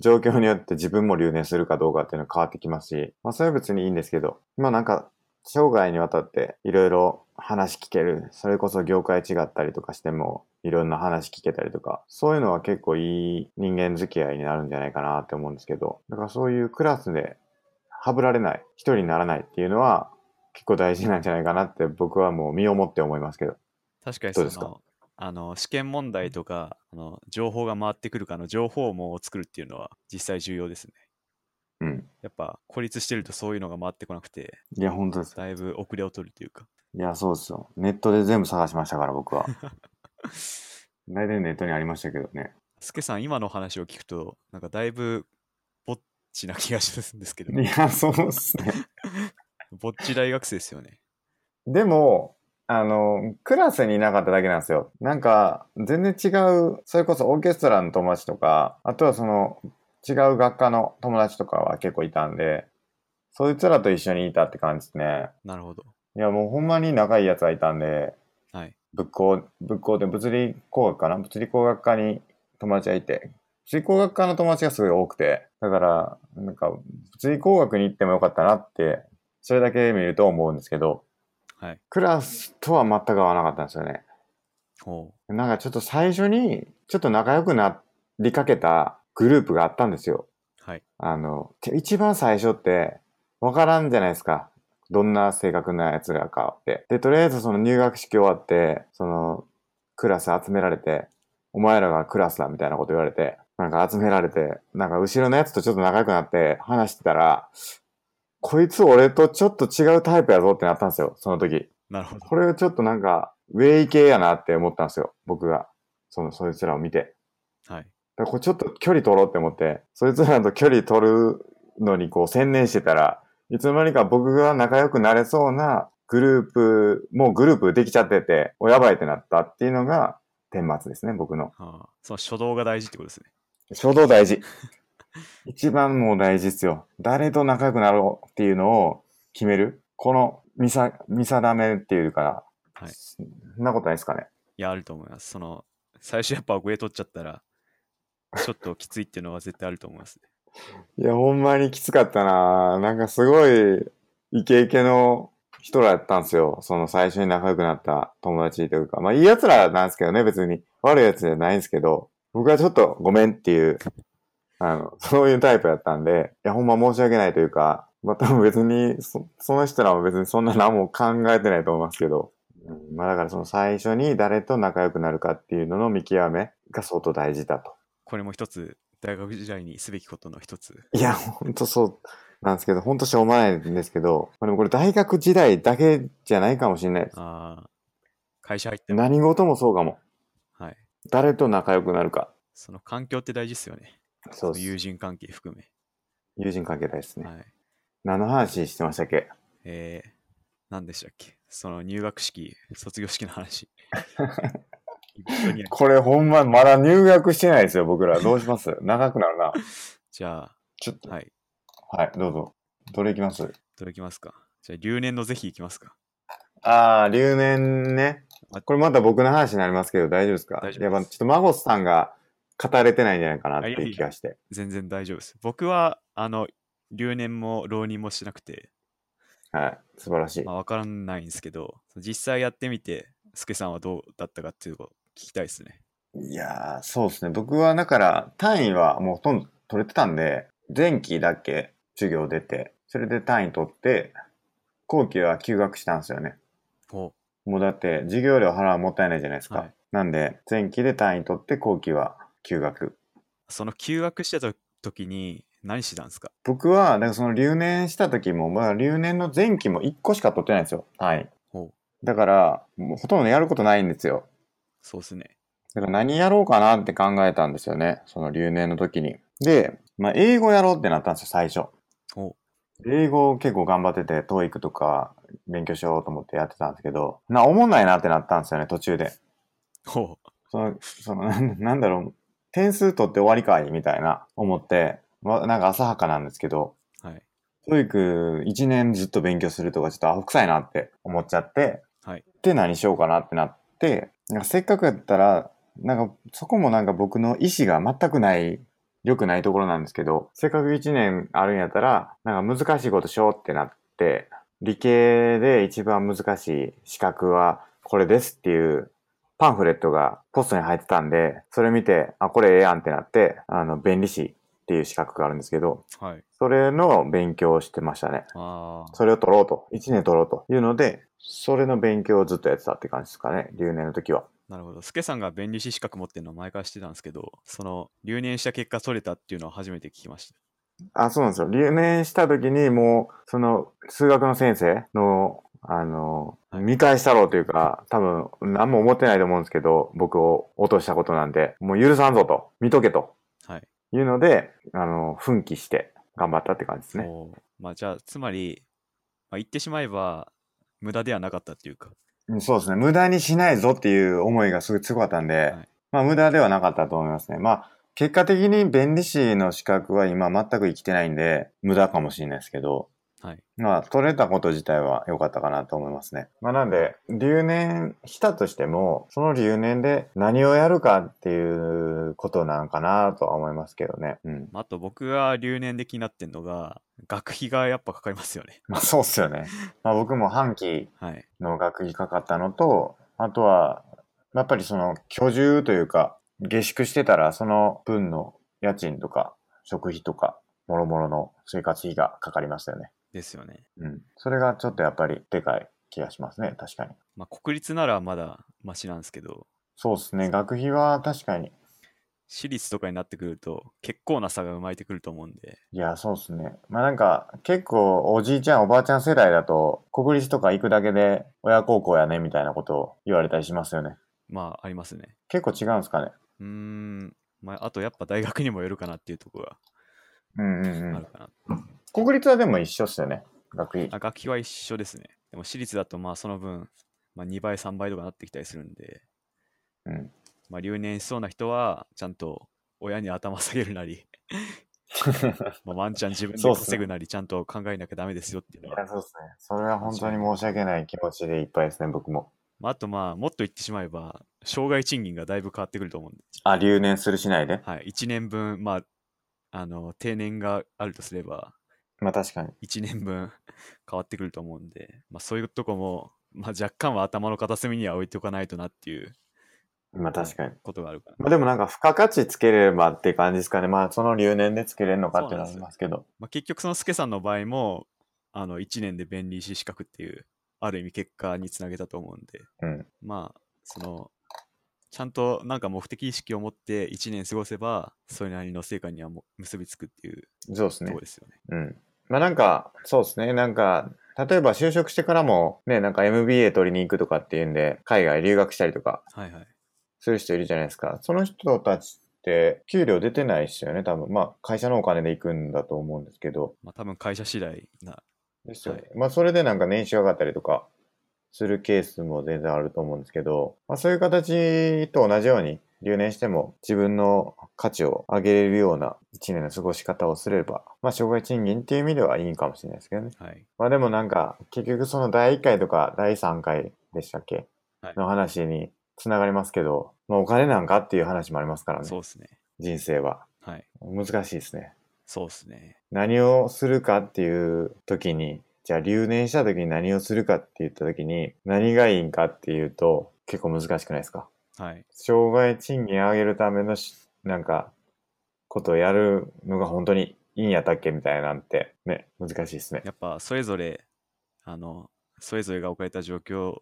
状況によって自分も留年するかどうかっていうのは変わってきますし、まあそれは別にいいんですけど、まあなんか生涯にわたっていろいろ話聞ける、それこそ業界違ったりとかしてもいろんな話聞けたりとか、そういうのは結構いい人間付き合いになるんじゃないかなって思うんですけど、だからそういうクラスではぶられない、一人にならないっていうのは結構大事なんじゃないかなって僕はもう身をもって思いますけど。確かにどそうですかの、あの、試験問題とか、あの情報が回ってくるかの情報網を作るっていうのは実際重要ですね。うん。やっぱ孤立してるとそういうのが回ってこなくて、いや、本当です。だいぶ遅れを取るというか。いや、そうですよ。ネットで全部探しましたから僕は。大体ネットにありましたけどね。スケさん、今の話を聞くと、なんかだいぶぼっちな気がするんですけど、いや、そうっすね。ぼっち大学生ですよね。でも、あの、クラスにいなかっただけなんですよ。なんか、全然違う、それこそオーケストラの友達とか、あとはその、違う学科の友達とかは結構いたんで、そいつらと一緒にいたって感じですね。なるほど。いや、もうほんまに仲いいやつがいたんで、はい。物工、物工で物理工学かな物理工学科に友達がいて、物理工学科の友達がすごい多くて、だから、なんか、物理工学に行ってもよかったなって、それだけ見ると思うんですけど、はい。クラスとは全く合わなかったんですよね。ほなんかちょっと最初に、ちょっと仲良くなりかけたグループがあったんですよ。う。はい。あの、て一番最初って、わからんじゃないですか。どんな性格な奴らかって。で、とりあえずその入学式終わって、その、クラス集められて、お前らがクラスだみたいなこと言われて、なんか集められて、なんか後ろのやつとちょっと仲良くなって話してたら、こいつ俺とちょっと違うタイプやぞってなったんですよ、その時。なるほど。これはちょっとなんか、ウェイ系やなって思ったんですよ。僕が。その、そいつらを見て。はい。だからこれちょっと距離取ろうって思って、そいつらと距離取るのにこう専念してたら、いつの間にか僕が仲良くなれそうなグループ、もうグループできちゃってて、おやばいってなったっていうのが、顛末ですね、僕の。はあ、その初動が大事ってことですね。衝動大 事。一番もう大事っすよ。誰と仲良くなろうっていうのを決める。この見さ、見定めっていうか、はいそんなことないですかね。いや、あると思います。その、最初やっぱ上取っちゃったら、ちょっときついっていうのは絶対あると思いますね。いや、ほんまにきつかったな。なんかすごい、イケイケの人らやったんですよ。その最初に仲良くなった友達というか。まあ、いい奴らなんですけどね、別に。悪い奴じゃないんですけど、僕はちょっとごめんっていう、あの、そういうタイプやったんで、いや、ほんま申し訳ないというか、まあ、多分別にそ、その人らも別にそんな何も考えてないと思いますけど、うん、まあ、だからその最初に誰と仲良くなるかっていうのの見極めが相当大事だと。これも一つ、大学時代にすべきことの一つ。いや、ほんとそうなんですけど、ほんとしょうもないんですけど、まあでもこれ大学時代だけじゃないかもしれないです。ああ、会社入っても、何事もそうかも。はい。誰と仲良くなるか。その環境って大事ですよね。そう友です。人関係含め。友人関係大事ですね。はい。何の話してましたっけえ ー、何でしたっけその入学式、卒業式の話。本当にこれほんま、まだ入学してないですよ、僕ら。どうします 長くなるな。じゃちょっと、あ、はい。はい、どうぞ。どれいきますどれいきますか。じゃあ、留年のぜひいきますか。ああ、留年ねあ。これまた僕の話になりますけど、大丈夫ですか大丈夫ですやっぱちょっとマゴスさんが語れてないんじゃないかなってあいやいいやう気がして。全然大丈夫です。僕は、あの、留年も浪人もしなくて、はい、素晴らしいま。あ、わからないんですけど、実際やってみて、スケさんはどうだったかっていうのを聞きたいですね。いやー、そうですね。僕はだから、単位はもうほとんど取れてたんで、前期だけ授業出て、それで単位取って、後期は休学したんですよね。おもうだって、授業料払うのもったいないじゃないですか。はいなんで、前期で単位取って、後期は休学。その休学してた時に何してたんですか僕は、だからその留年した時も、まだ留年の前期も1個しか取ってないんですよ、単位。おだから、もうほとんどやることないんですよ。そうですね。だから何やろうかなって考えたんですよね。その留年の時に。で、まあ、英語やろうってなったんですよ、最初。お英語結構頑張ってて、TOEIC とか勉強しようと思ってやってたんですけど、な、おもんないなってなったんですよね、途中で。おその、その、なんなんだろう、点数取って終わりかいみたいな思って、ま、なんか浅はかなんですけど、はい。 TOEIC 一年ずっと勉強するとかちょっとアホ臭いなって思っちゃって、はい。で何しようかなってなって、なんかせっかくやったら、なんかそこもなんか僕の意思が全くない、良くないところなんですけど、せっかく1年あるんやったら、なんか難しいことしようってなって、理系で一番難しい資格はこれですっていうパンフレットがポストに入ってたんで、それ見て、あ、これええやんってなって、あの、弁理士っていう資格があるんですけど、はい。それの勉強をしてましたね。ああ。それを取ろうと、1年取ろうというので、それの勉強をずっとやってたって感じですかね、留年の時は。なるほど。スケさんが弁理士資格持ってるのは前から知ってたんですけど、その留年した結果取れたっていうのは初めて聞きました。あ、そうなんですよ。留年した時にもう、その、数学の先生の、あの、見返したろうというか、多分、何も思ってないと思うんですけど、僕を落としたことなんで、もう許さんぞと、見とけとはい。いうので、あの、奮起して頑張ったって感じですね。おーまあじゃあ、つまり、まあ、言ってしまえば、無駄ではなかったっていうか。うんそうですね。無駄にしないぞっていう思いがすごい強かったんで、いまあ無駄ではなかったと思いますね。まあ結果的に弁理士の資格は今全く生きてないんで、無駄かもしれないですけど、はい。まあ取れたこと自体は良かったかなと思いますね。まあなんで、留年したとしても、その留年で何をやるかっていうことなんかなとは思いますけどね。うん。まあ、あと僕が留年で気になってんのが、学費がやっぱかかりますよね。まあそうっすよね。まあ僕も半期はい。の学費かかったのと、あとは、やっぱりその居住というか、下宿してたらその分の家賃とか食費とか、もろもろの生活費がかかりましたよね。ですよね。うん。それがちょっとやっぱりでかい気がしますね、確かに。まあ、国立ならまだマシなんですけど、そうですね、学費は確かに。私立とかになってくると、結構な差が生まれてくると思うんで、いや、そうですね。まあなんか、結構おじいちゃんおばあちゃん世代だと、国立とか行くだけで親孝行やね、みたいなことを言われたりしますよね。まあ、ありますね。結構違うんですかね。うーん。まあ、あとやっぱ大学にもよるかなっていうところうんうがんうあるん。かな。国立はでも一緒っすよね、学費。あ楽器は一緒ですね。でも私立だとまあその分、まあ、2倍3倍とかなってきたりするんで、うん。まあ、留年しそうな人はちゃんと親に頭下げる なりまあワンちゃん自分でそうっすね稼ぐなりちゃんと考えなきゃダメですよっていういのは、や、そうですね。それは本当に申し訳ない気持ちでいっぱいですね、僕も。まあ、あとまあもっと言ってしまえば障害賃金がだいぶ変わってくると思うんで、あ、留年するしないで。はい、1年分まああの定年があるとすればまあ確かに。 1年分 変わってくると思うんで、まあ、そういうとこも、まあ、若干は頭の片隅には置いておかないとなっていうまあ確かに。ことがあるかな。まあでもなんか、付加価値つけれればっていう感じですかね。まあその留年でつけれるのかっていうのはありますけど。まあ、結局そのスケさんの場合もあの1年で便利士資格っていうある意味結果につなげたと思うんでうん。まあそのちゃんとなんか目的意識を持って1年過ごせばそれなりの成果にはも結びつくっていうそうですとねこ。ですよねうん。まあなんか、そうですね。なんか、例えば就職してからも、ね、なんか MBA 取りに行くとかっていうんで、海外留学したりとかはいはいする人いるじゃないですか。その人たちって、給料出てないですよね、多分。まあ会社のお金で行くんだと思うんですけど。まあ多分会社次第なですよね。はまあ、それでなんか年収上がったりとかするケースも全然あると思うんですけど、まあ、そういう形と同じように留年しても自分の価値を上げれるような1年の過ごし方をすれば、まあ、障害賃金っていう意味ではいいかもしれないですけどね。はい。まあでもなんか、結局その第1回とか第3回でしたっけ、はいの話に繋がりますけど、まあお金なんかっていう話もありますからねそう。っすね。人生は。はい。難しいですね。そうっすね。何をするかっていう時に、じゃあ留年した時に何をするかって言った時に、何がいいんかっていうと、結構難しくないですかはい。障害賃金上げるためのし、なんか、ことをやるのが本当にいいんやったっけみたいなんて、ね、難しいですね。やっぱそれぞれ、あの、それぞれが置かれた状況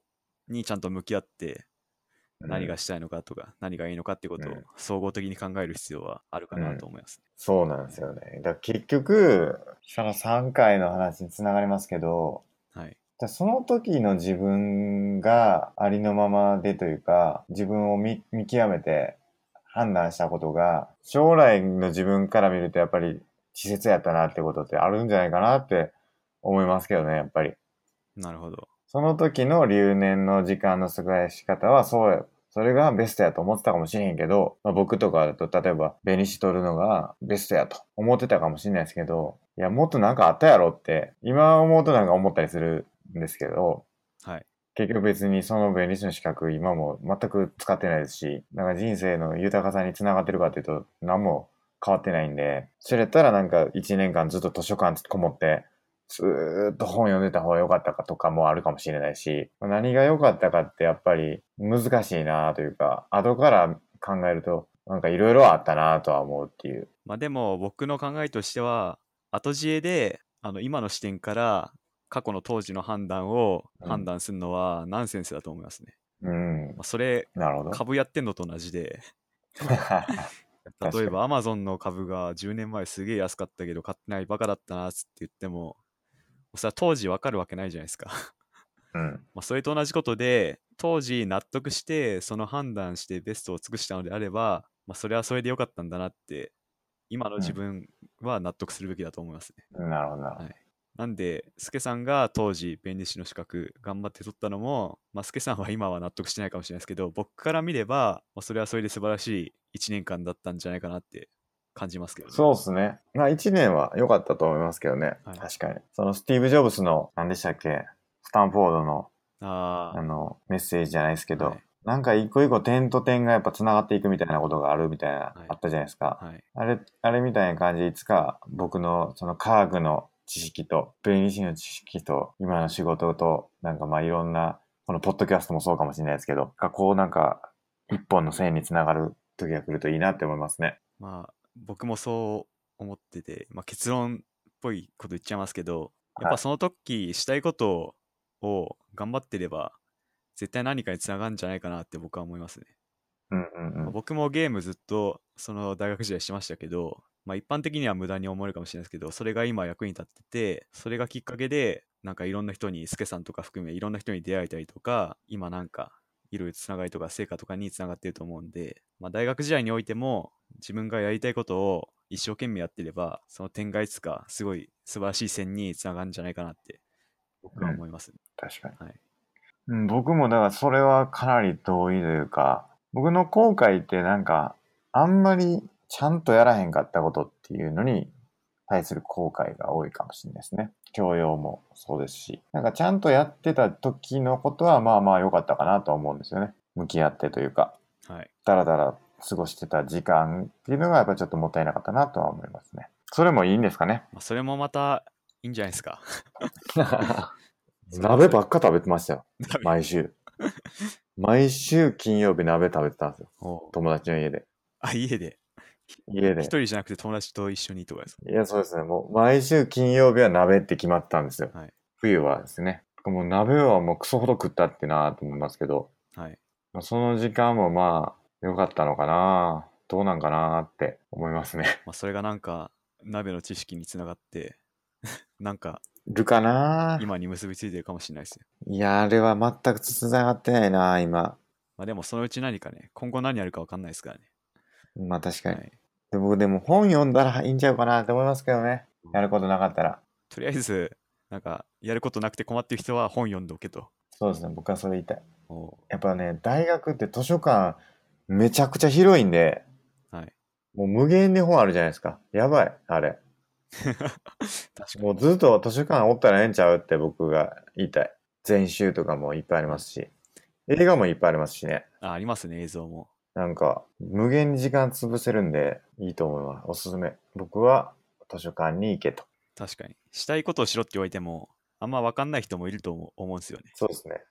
にちゃんと向き合って、何うがんしたいのかとか、何がいいのかってことをうん総合的に考える必要はあるかなと思います、そうなんですよね。だから結局、その3回の話につながりますけど、はい。だその時の自分がありのままでというか、自分を見見極めて判断したことが、将来の自分から見るとやっぱり稚拙やったなってことってあるんじゃないかなって思いますけどね、やっぱり。なるほど。その時の留年の時間の過ごし方はそうや。それがベストやと思ってたかもしれへんけど、まあ、僕とかだと例えばベニシ取るのがベストやと思ってたかもしれないですけど、いや、もっとなんかあったやろって、今思うとなんか思ったりするんですけど、はい。結局別にその弁理士の資格今も全く使ってないですし、なんか人生の豊かさにつながってるかっていうと何も変わってないんで、それやったらなんか1年間ずっと図書館こもって、ずーっと本読んでた方が良かったかとかもあるかもしれないし、何が良かったかってやっぱり難しいなというか、後から考えるとなんかいろいろあったなとは思うっていう。まあでも僕の考えとしては、後知恵で、あの、今の視点から過去の当時の判断をうん判断するのはナンセンスだと思いますね。うんまあ、、それ、なるほど。株やってんのと同じで、確かに例えばアマゾンの株が10年前すげえ安かったけど買ってないバカだったなっつって言っても、それは当時わかるわけないじゃないですか。 うん、まあ、それと同じことで、当時納得して、その判断してベストを尽くしたのであれば、まあ、それはそれでよかったんだなって、今の自分は納得するべきだと思いますね。なるほどなるほど。なんで、スケさんが当時、弁理士の資格頑張って取ったのも、まあ、スケさんは今は納得してないかもしれないですけど、僕から見れば、まあ、それはそれで素晴らしい1年間だったんじゃないかなって感じますけどね、そうですね。まあ1年は良かったと思いますけどね。はい確かに。そのスティーブ・ジョブスの、何でしたっけスタンフォードの、あああ、の、メッセージじゃないですけど、はいなんか一個一個点と点がやっぱ繋がっていくみたいなことがあるみたいな、いあったじゃないですか。はい。あれ、あれみたいな感じでいつか僕のその科学の知識と、弁理士の知識と、今の仕事と、なんかまあいろんな、このポッドキャストもそうかもしれないですけど、がこうなんか一本の線に繋がる時が来るといいなって思いますね。まあ、僕もそう思ってて、まあ、結論っぽいこと言っちゃいますけど、やっぱその時したいことを頑張ってれば、絶対何かにつながるんじゃないかなって僕は思いますね。うんうんまあ僕もゲームずっとその大学時代してましたけど、まあ、一般的には無駄に思えるかもしれないですけど、それが今役に立ってて、それがきっかけで、なんかいろんな人に、スケさんとか含めいろんな人に出会えたりとか、今なんかいろいろつながりとか成果とかにつながってると思うんで、まあ、大学時代においても自分がやりたいことを一生懸命やってれば、その点がいつかすごい素晴らしい線につながるんじゃないかなって僕は思いますね。うん。確かに。はい。うん、僕もだからそれはかなり同意というか、僕の後悔ってなんか、あんまりちゃんとやらへんかったことっていうのに対する後悔が多いかもしれないですね。教養もそうですし。なんかちゃんとやってた時のことはまあまあ良かったかなとは思うんですよね。向き合ってというか、はい。だらだら過ごしてた時間っていうのがやっぱちょっともったいなかったなとは思いますね。それもいいんですか ね。まあ、それもまたいいんじゃないですか。鍋ばっか食べてましたよ。毎週。毎週金曜日鍋食べてたんですよ。おう友達の家で。あ、家で。家で一。人じゃなくて友達と一緒にとかですかいや、そうですね。もう毎週金曜日は鍋って決まってたんですよ。はい冬はですね。もう鍋はもうクソほど食ったってなぁと思いますけど、はい。まあその時間もまあ、良かったのかなぁどうなんかなぁって思いますね。まあ、それがなんか、鍋の知識につながって、 なんか、るかなぁ今に結びついてるかもしれないですよ。いや、あれは全く繋がってないなぁ今。まあ、でも、そのうち何かね、今後何やるか分かんないですからね。まあ確かはに。い。で僕でも本読んだらいいんちゃうかなって思いますけどね。やることなかったら。とりあえず、なんか、やることなくて困ってる人は本読んどけと。そうですね、僕はそれ言いたい。おやっぱね、大学って図書館めちゃくちゃ広いんで、はい。 もう無限に本あるじゃないですか。やばい、あれ。確かもに。うずっと図書館おったらええんちゃうって僕が言いたい。全集とかもいっぱいありますし、映画もいっぱいありますしね。あ、ありますね、映像も。なんか、無限に時間潰せるんで、いいと思います。おすすめ。僕は図書館に行けと。確かに。したいことをしろって言われても、あんま分かんない人もいると思う思うんですよね。そうですね。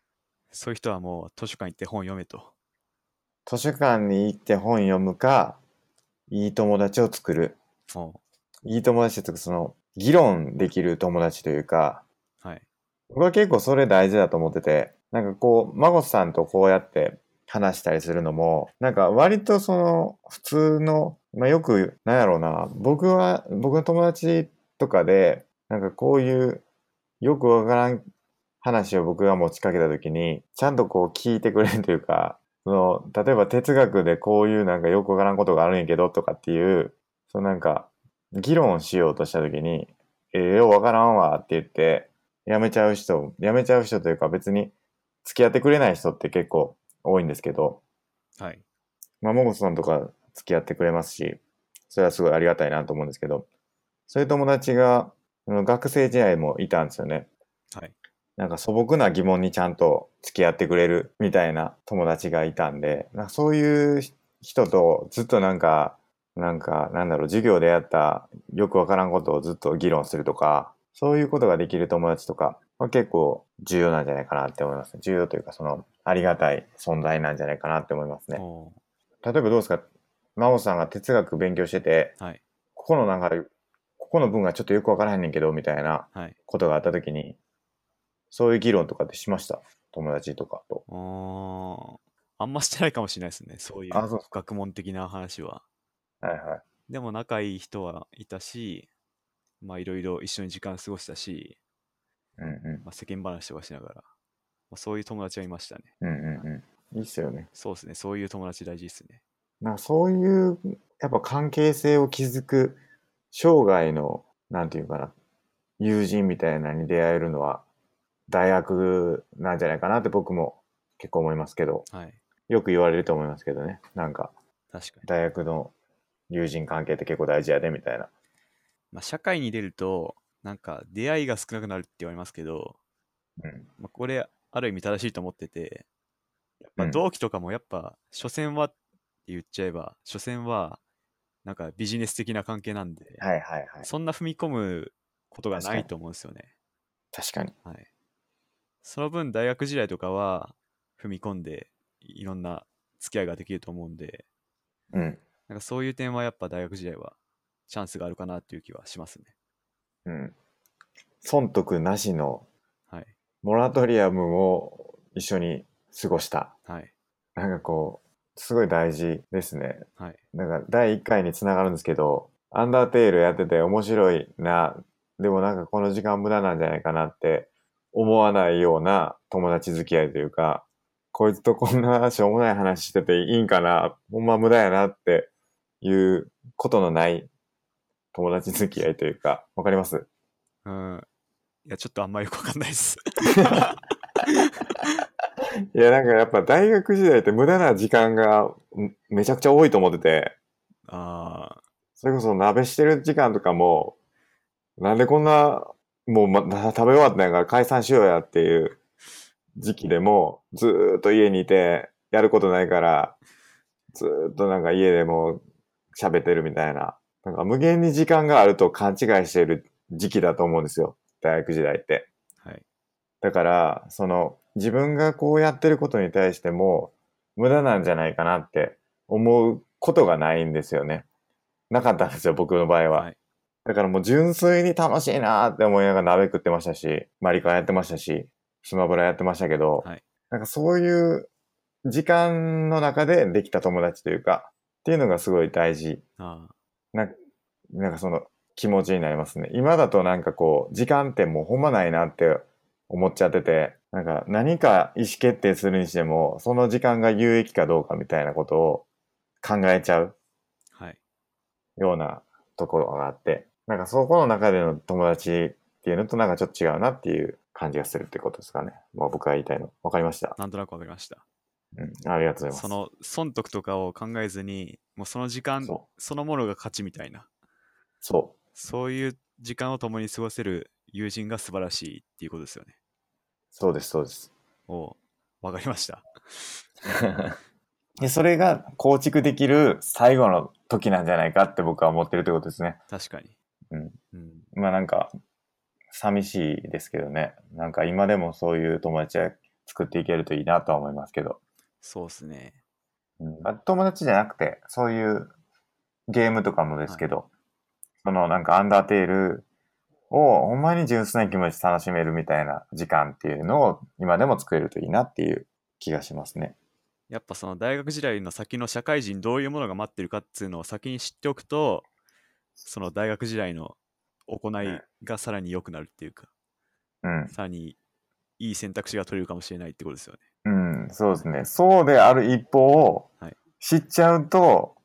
そういう人はもう図書館行って本読めと。図書館に行って本読むか、いい友達を作る。おいい友達っていうか、その、議論できる友達というか、はい。僕は結構それ大事だと思ってて、なんかこう、孫さんとこうやって話したりするのも、なんか割とその、普通の、まあよく、なんやろうな、僕は、僕の友達とかで、なんかこういう、よくわからん話を僕が持ちかけた時に、ちゃんとこう聞いてくれるというか、その、例えば哲学でこういうなんかよくわからんことがあるんやけどとかっていう、そのなんか、議論しようとした時に、えー、ようわからんわって言って、辞めちゃう人、辞めちゃう人というか別に付き合ってくれない人って結構多いんですけど、はい。まあ、もさんとか付き合ってくれますし、それはすごいありがたいなと思うんですけど、そういう友達が、あの学生時代もいたんですよね。はい。なんか素朴な疑問にちゃんと付き合ってくれるみたいな友達がいたんで、なんかそういう人とずっとなんか、なんか、なんだろう、授業でやったよくわからんことをずっと議論するとか、そういうことができる友達とかは結構重要なんじゃないかなって思いますね。重要というか、その、ありがたい存在なんじゃないかなって思いますね。お例えばどうですか真央さんが哲学勉強してて、はい。ここのなんか、ここの文がちょっとよくわからへんねんけど、みたいなはい。ことがあったときに、そういう議論とかってしました友達とかと。おあんましてないかもしれないですね。そういうあそう学問的な話は。はいはい。でも仲いい人はいたし、まあいろいろ一緒に時間過ごしたし、うんうまあ、世間話とかしながら、まあ、そういう友達はいましたね。ん。うんうんうん。いいっすよね。そうですね。そういう友達大事ですね。なんかそういう、やっぱ関係性を築く、生涯の、なんていうかな、友人みたいなのに出会えるのは、大学なんじゃないかなって僕も結構思いますけど、はい。よく言われると思いますけどね。なんか、確かに。大学の友人関係って結構大事やで、みたいな。まあ、社会に出ると、なんか出会いが少なくなるって言われますけど、うん。まあ、これ、ある意味正しいと思ってて、やっうぱん同期とかもやっぱ、所詮はって言っちゃえば、所詮は、なんかビジネス的な関係なんで、はいはいはい。そんな踏み込むことが確なかにいと思うんですよね。確かに。はい。その分、大学時代とかは、踏み込んで、いろんな付き合いができると思うんで、うん。なんかそういう点はやっぱ大学時代は、チャンスがあるかなっていう気はしますね。うん。損得なしのはい。モラトリアムを一緒に過ごした。はい。なんかこう、すごい大事ですね。はい。なんか第1回につながるんですけど、アンダーテイルやってて面白いな、でもなんかこの時間無駄なんじゃないかなって思わないような友達付き合いというか、こいつとこんなしょうもない話してていいんかな、ほんま無駄やなっていうことのない友達付き合いというか、わかりますうん。いや、ちょっとあんまよくわかんな いです。いやなんかやっぱ大学時代って無駄な時間がんめちゃくちゃ多いと思ってて、ああ、それこそ鍋してる時間とかも、なんでこんな、もうま、食べ終わったんやから解散しようやっていう時期でも、ずーっと家にいて、やることないから、ずーっとなんか家でもう喋ってるみたいな。なんか無限に時間があると勘違いしてる時期だと思うんですよ。大学時代って。はい。だから、その、自分がこうやってることに対しても、無駄なんじゃないかなって思うことがないんですよね。なかったんですよ、僕の場合は。はいだからもう純粋に楽しいなーって思いながら鍋食ってましたし、マリカやってましたし、スマブラやってましたけど、はいなんかそういう時間の中でできた友達というか、っていうのがすごい大事あな、なんかその気持ちになりますね。今だとなんかこう、時間ってもうほんまないなって思っちゃってて、なんか何か意思決定するにしても、その時間が有益かどうかみたいなことを考えちゃうあ、はい。ようなところがあって、なんかそこの中での友達っていうのとなんかちょっと違うなっていう感じがするってことですかね。まあ僕が言いたいの。わかりました。なんとなくわかりました。うん。ありがとうございます。その損得とかを考えずに、もうその時間そうそのものが価値みたいな、そそういう時間を共に過ごせる友人が素晴らしいっていうことですよね。う。そうです、そうです。おうわかりました。でそれが構築できる最後の時なんじゃないかって僕は思ってるってことですね。確かに。うん。うん、まあなんか、寂しいですけどね。なんか今でもそういう友達は作っていけるといいなとは思いますけど。そうですね。うんまあ、友達じゃなくて、そういうゲームとかもですけど、そのなんかアンダーテールをほんまに純粋な気持ちで楽しめるみたいな時間っていうのを今でも作れるといいなっていう気がしますね。やっぱその大学時代の先の社会人どういうものが待ってるかっていうのを先に知っておくとその大学時代の行いがさらに良くなるっていうか、うん。さらにいい選択肢が取れるかもしれないってことですよね。うん、そうですね。そうである一方をはい知っちゃうと、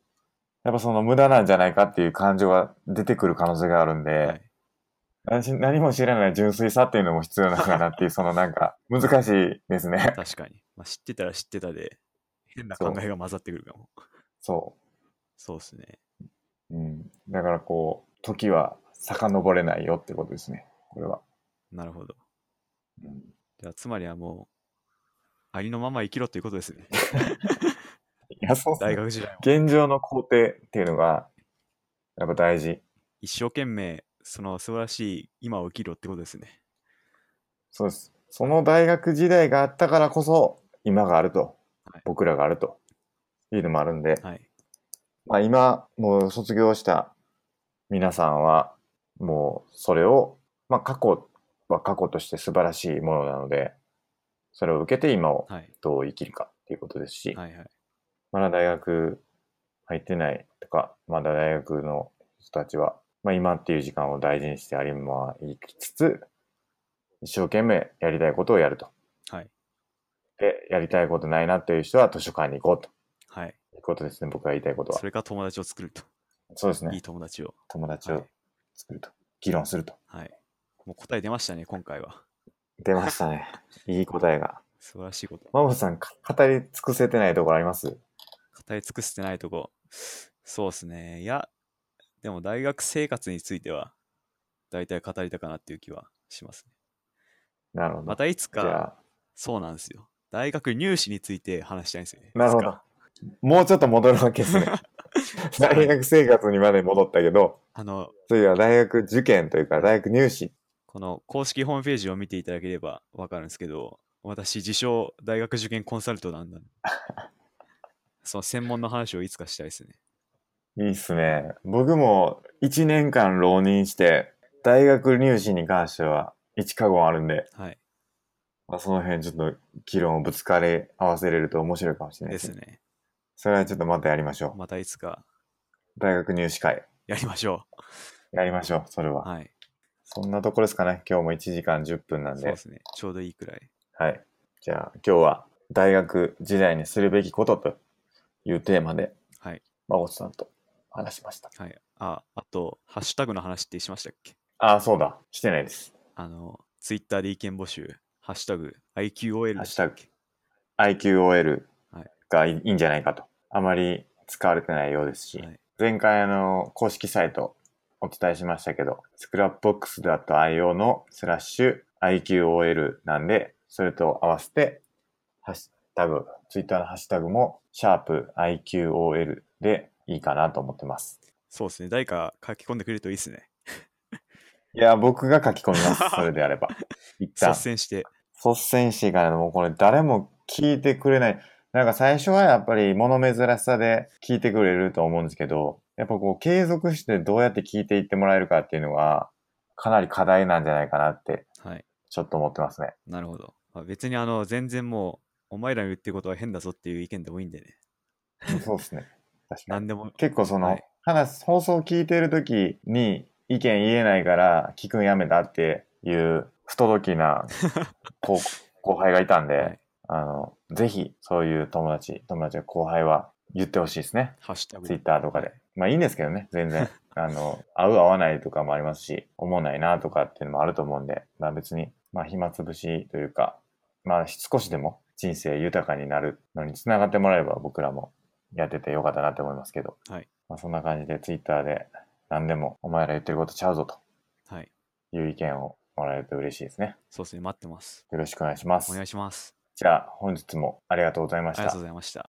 やっぱその無駄なんじゃないかっていう感情が出てくる可能性があるんで、はい、私何も知らない純粋さっていうのも必要なのかなっていう、そのなんか難しいですね。 確かに、まあ、知ってたら知ってたで変な考えが混ざってくるかも。そう。そうですね。うん、だからこう時は遡れないよってことですねこれは、なるほど。うん、じゃあつまりはもうありのまま生きろということで すね。いやそうっすね大学時代も現状の工程っていうのがやっぱ大事一生懸命その素晴らしい今を生きろってことですね。そうですその大学時代があったからこそ今があると、はい僕らがあるというのもあるんで、はい。まあ、今もう卒業した皆さんはもうそれを、まあ、過去は過去として素晴らしいものなのでそれを受けて今をはい。どう生きるかっていうことですし、はいはい。まだ大学入ってないとか、まだ大学の人たちは、まあ今っていう時間を大事にしてありまいきつつ、一生懸命やりたいことをやると。はい。で、やりたいことないなっていう人は図書館に行こうとはい。いうことですね、僕が言いたいことはそ。れか友達を作ると。そうですいいね。友達を。友達はをい。作ると。議論すると。はい、もう答え出ましたね、今回は。出ましたね。 いい答えが。素晴らしいこと。マモさん、か語り尽くせてないところあります語り尽くしてないとこ。そうですね。いや、でも大学生活については、大体語りたかなっていう気はしますね。なるほど。またいつじゃか、あ、そうなんですよ。大学入試について話したいんですよね。なるほいつどか。。もうちょっと戻るわけです ね。大学生活にまで戻ったけど、あの、次は大学受験というか、大学入試。この公式ホームページを見ていただければわかるんですけど、私、自称、大学受験コンサルトなんだ、 その専門の話をいつかしたいですね。いいっすね。僕も1年間浪人して、大学入試に関しては1過言あるんで、はい。まあ、その辺ちょっと議論をぶつかり合わせれると面白いかもしれないでですね。すね。それはちょっとまたやりましょまたいつかう。大学入試会。やりましょやりましょう、それう。は。はい。そんなところですかね。今日も1時間10分なんそうでで。すね。ちょうどいいくらい。はい。じゃあ今日は大学時代にするべきことというテーマで、はい。孫さんと話しました。はい。あ、あと、ハッシュタグの話ってしましたっけああ、そうだ。してないです。あの、ツイッターで意見募集、ハッシュタグ、IQOL ハッでシしュたタグっけ。 IQOL はいがいいいんじゃないかと。あまり使われてないようですし、はい。前回あの、公式サイトお伝えしましたけど、scrapbox.io のスラッシュ IQOL なんで、それと合わせて、ハッシュタグ、ツイッターのハッシュタグも、シャープ i q o l でいいかなと思ってます。そうですね。誰か書き込んでくれるといいですね。いや、僕が書き込みます。それであれば。一旦率。先して。率先していかないともうこれ誰も聞いてくれない。なんか最初はやっぱり物珍しさで聞いてくれると思うんですけど、やっぱこう継続してどうやって聞いていってもらえるかっていうのがかなり課題なんじゃないかなってはい。ちょっと思ってますね。なるほど。まあ、別に、あの、全然もう、お前らの言ってることは変だぞっていう意見でもいいんでね。そうですね。確か何に。でも、結構その、はい話す、放送を聞いてる時に意見言えないから聞くんやめたっていう不届き な後後輩がいたんで、はいあの、ぜひそういう友達、友達や後輩は言ってほしいですね。ハッシュタグツイッ。ターとかで。まあいいんですけどね、全 然。あの、合う合わないとかもありますし、思わないなとかっていうのもあると思うんで、まあ別にまあ、暇つぶしというか、まあ、少しでも人生豊かになるのにつながってもらえば僕らもやっててよかったなって思いますけど、はいまあ、そんな感じでツイッターで何でもお前ら言ってることちゃうぞとはい。いう意見をもらえると嬉しいですね。そうですね。待ってます。よろしくお願いします。お願いします。じゃあ本日もありがとうございましありがたとう。ございました。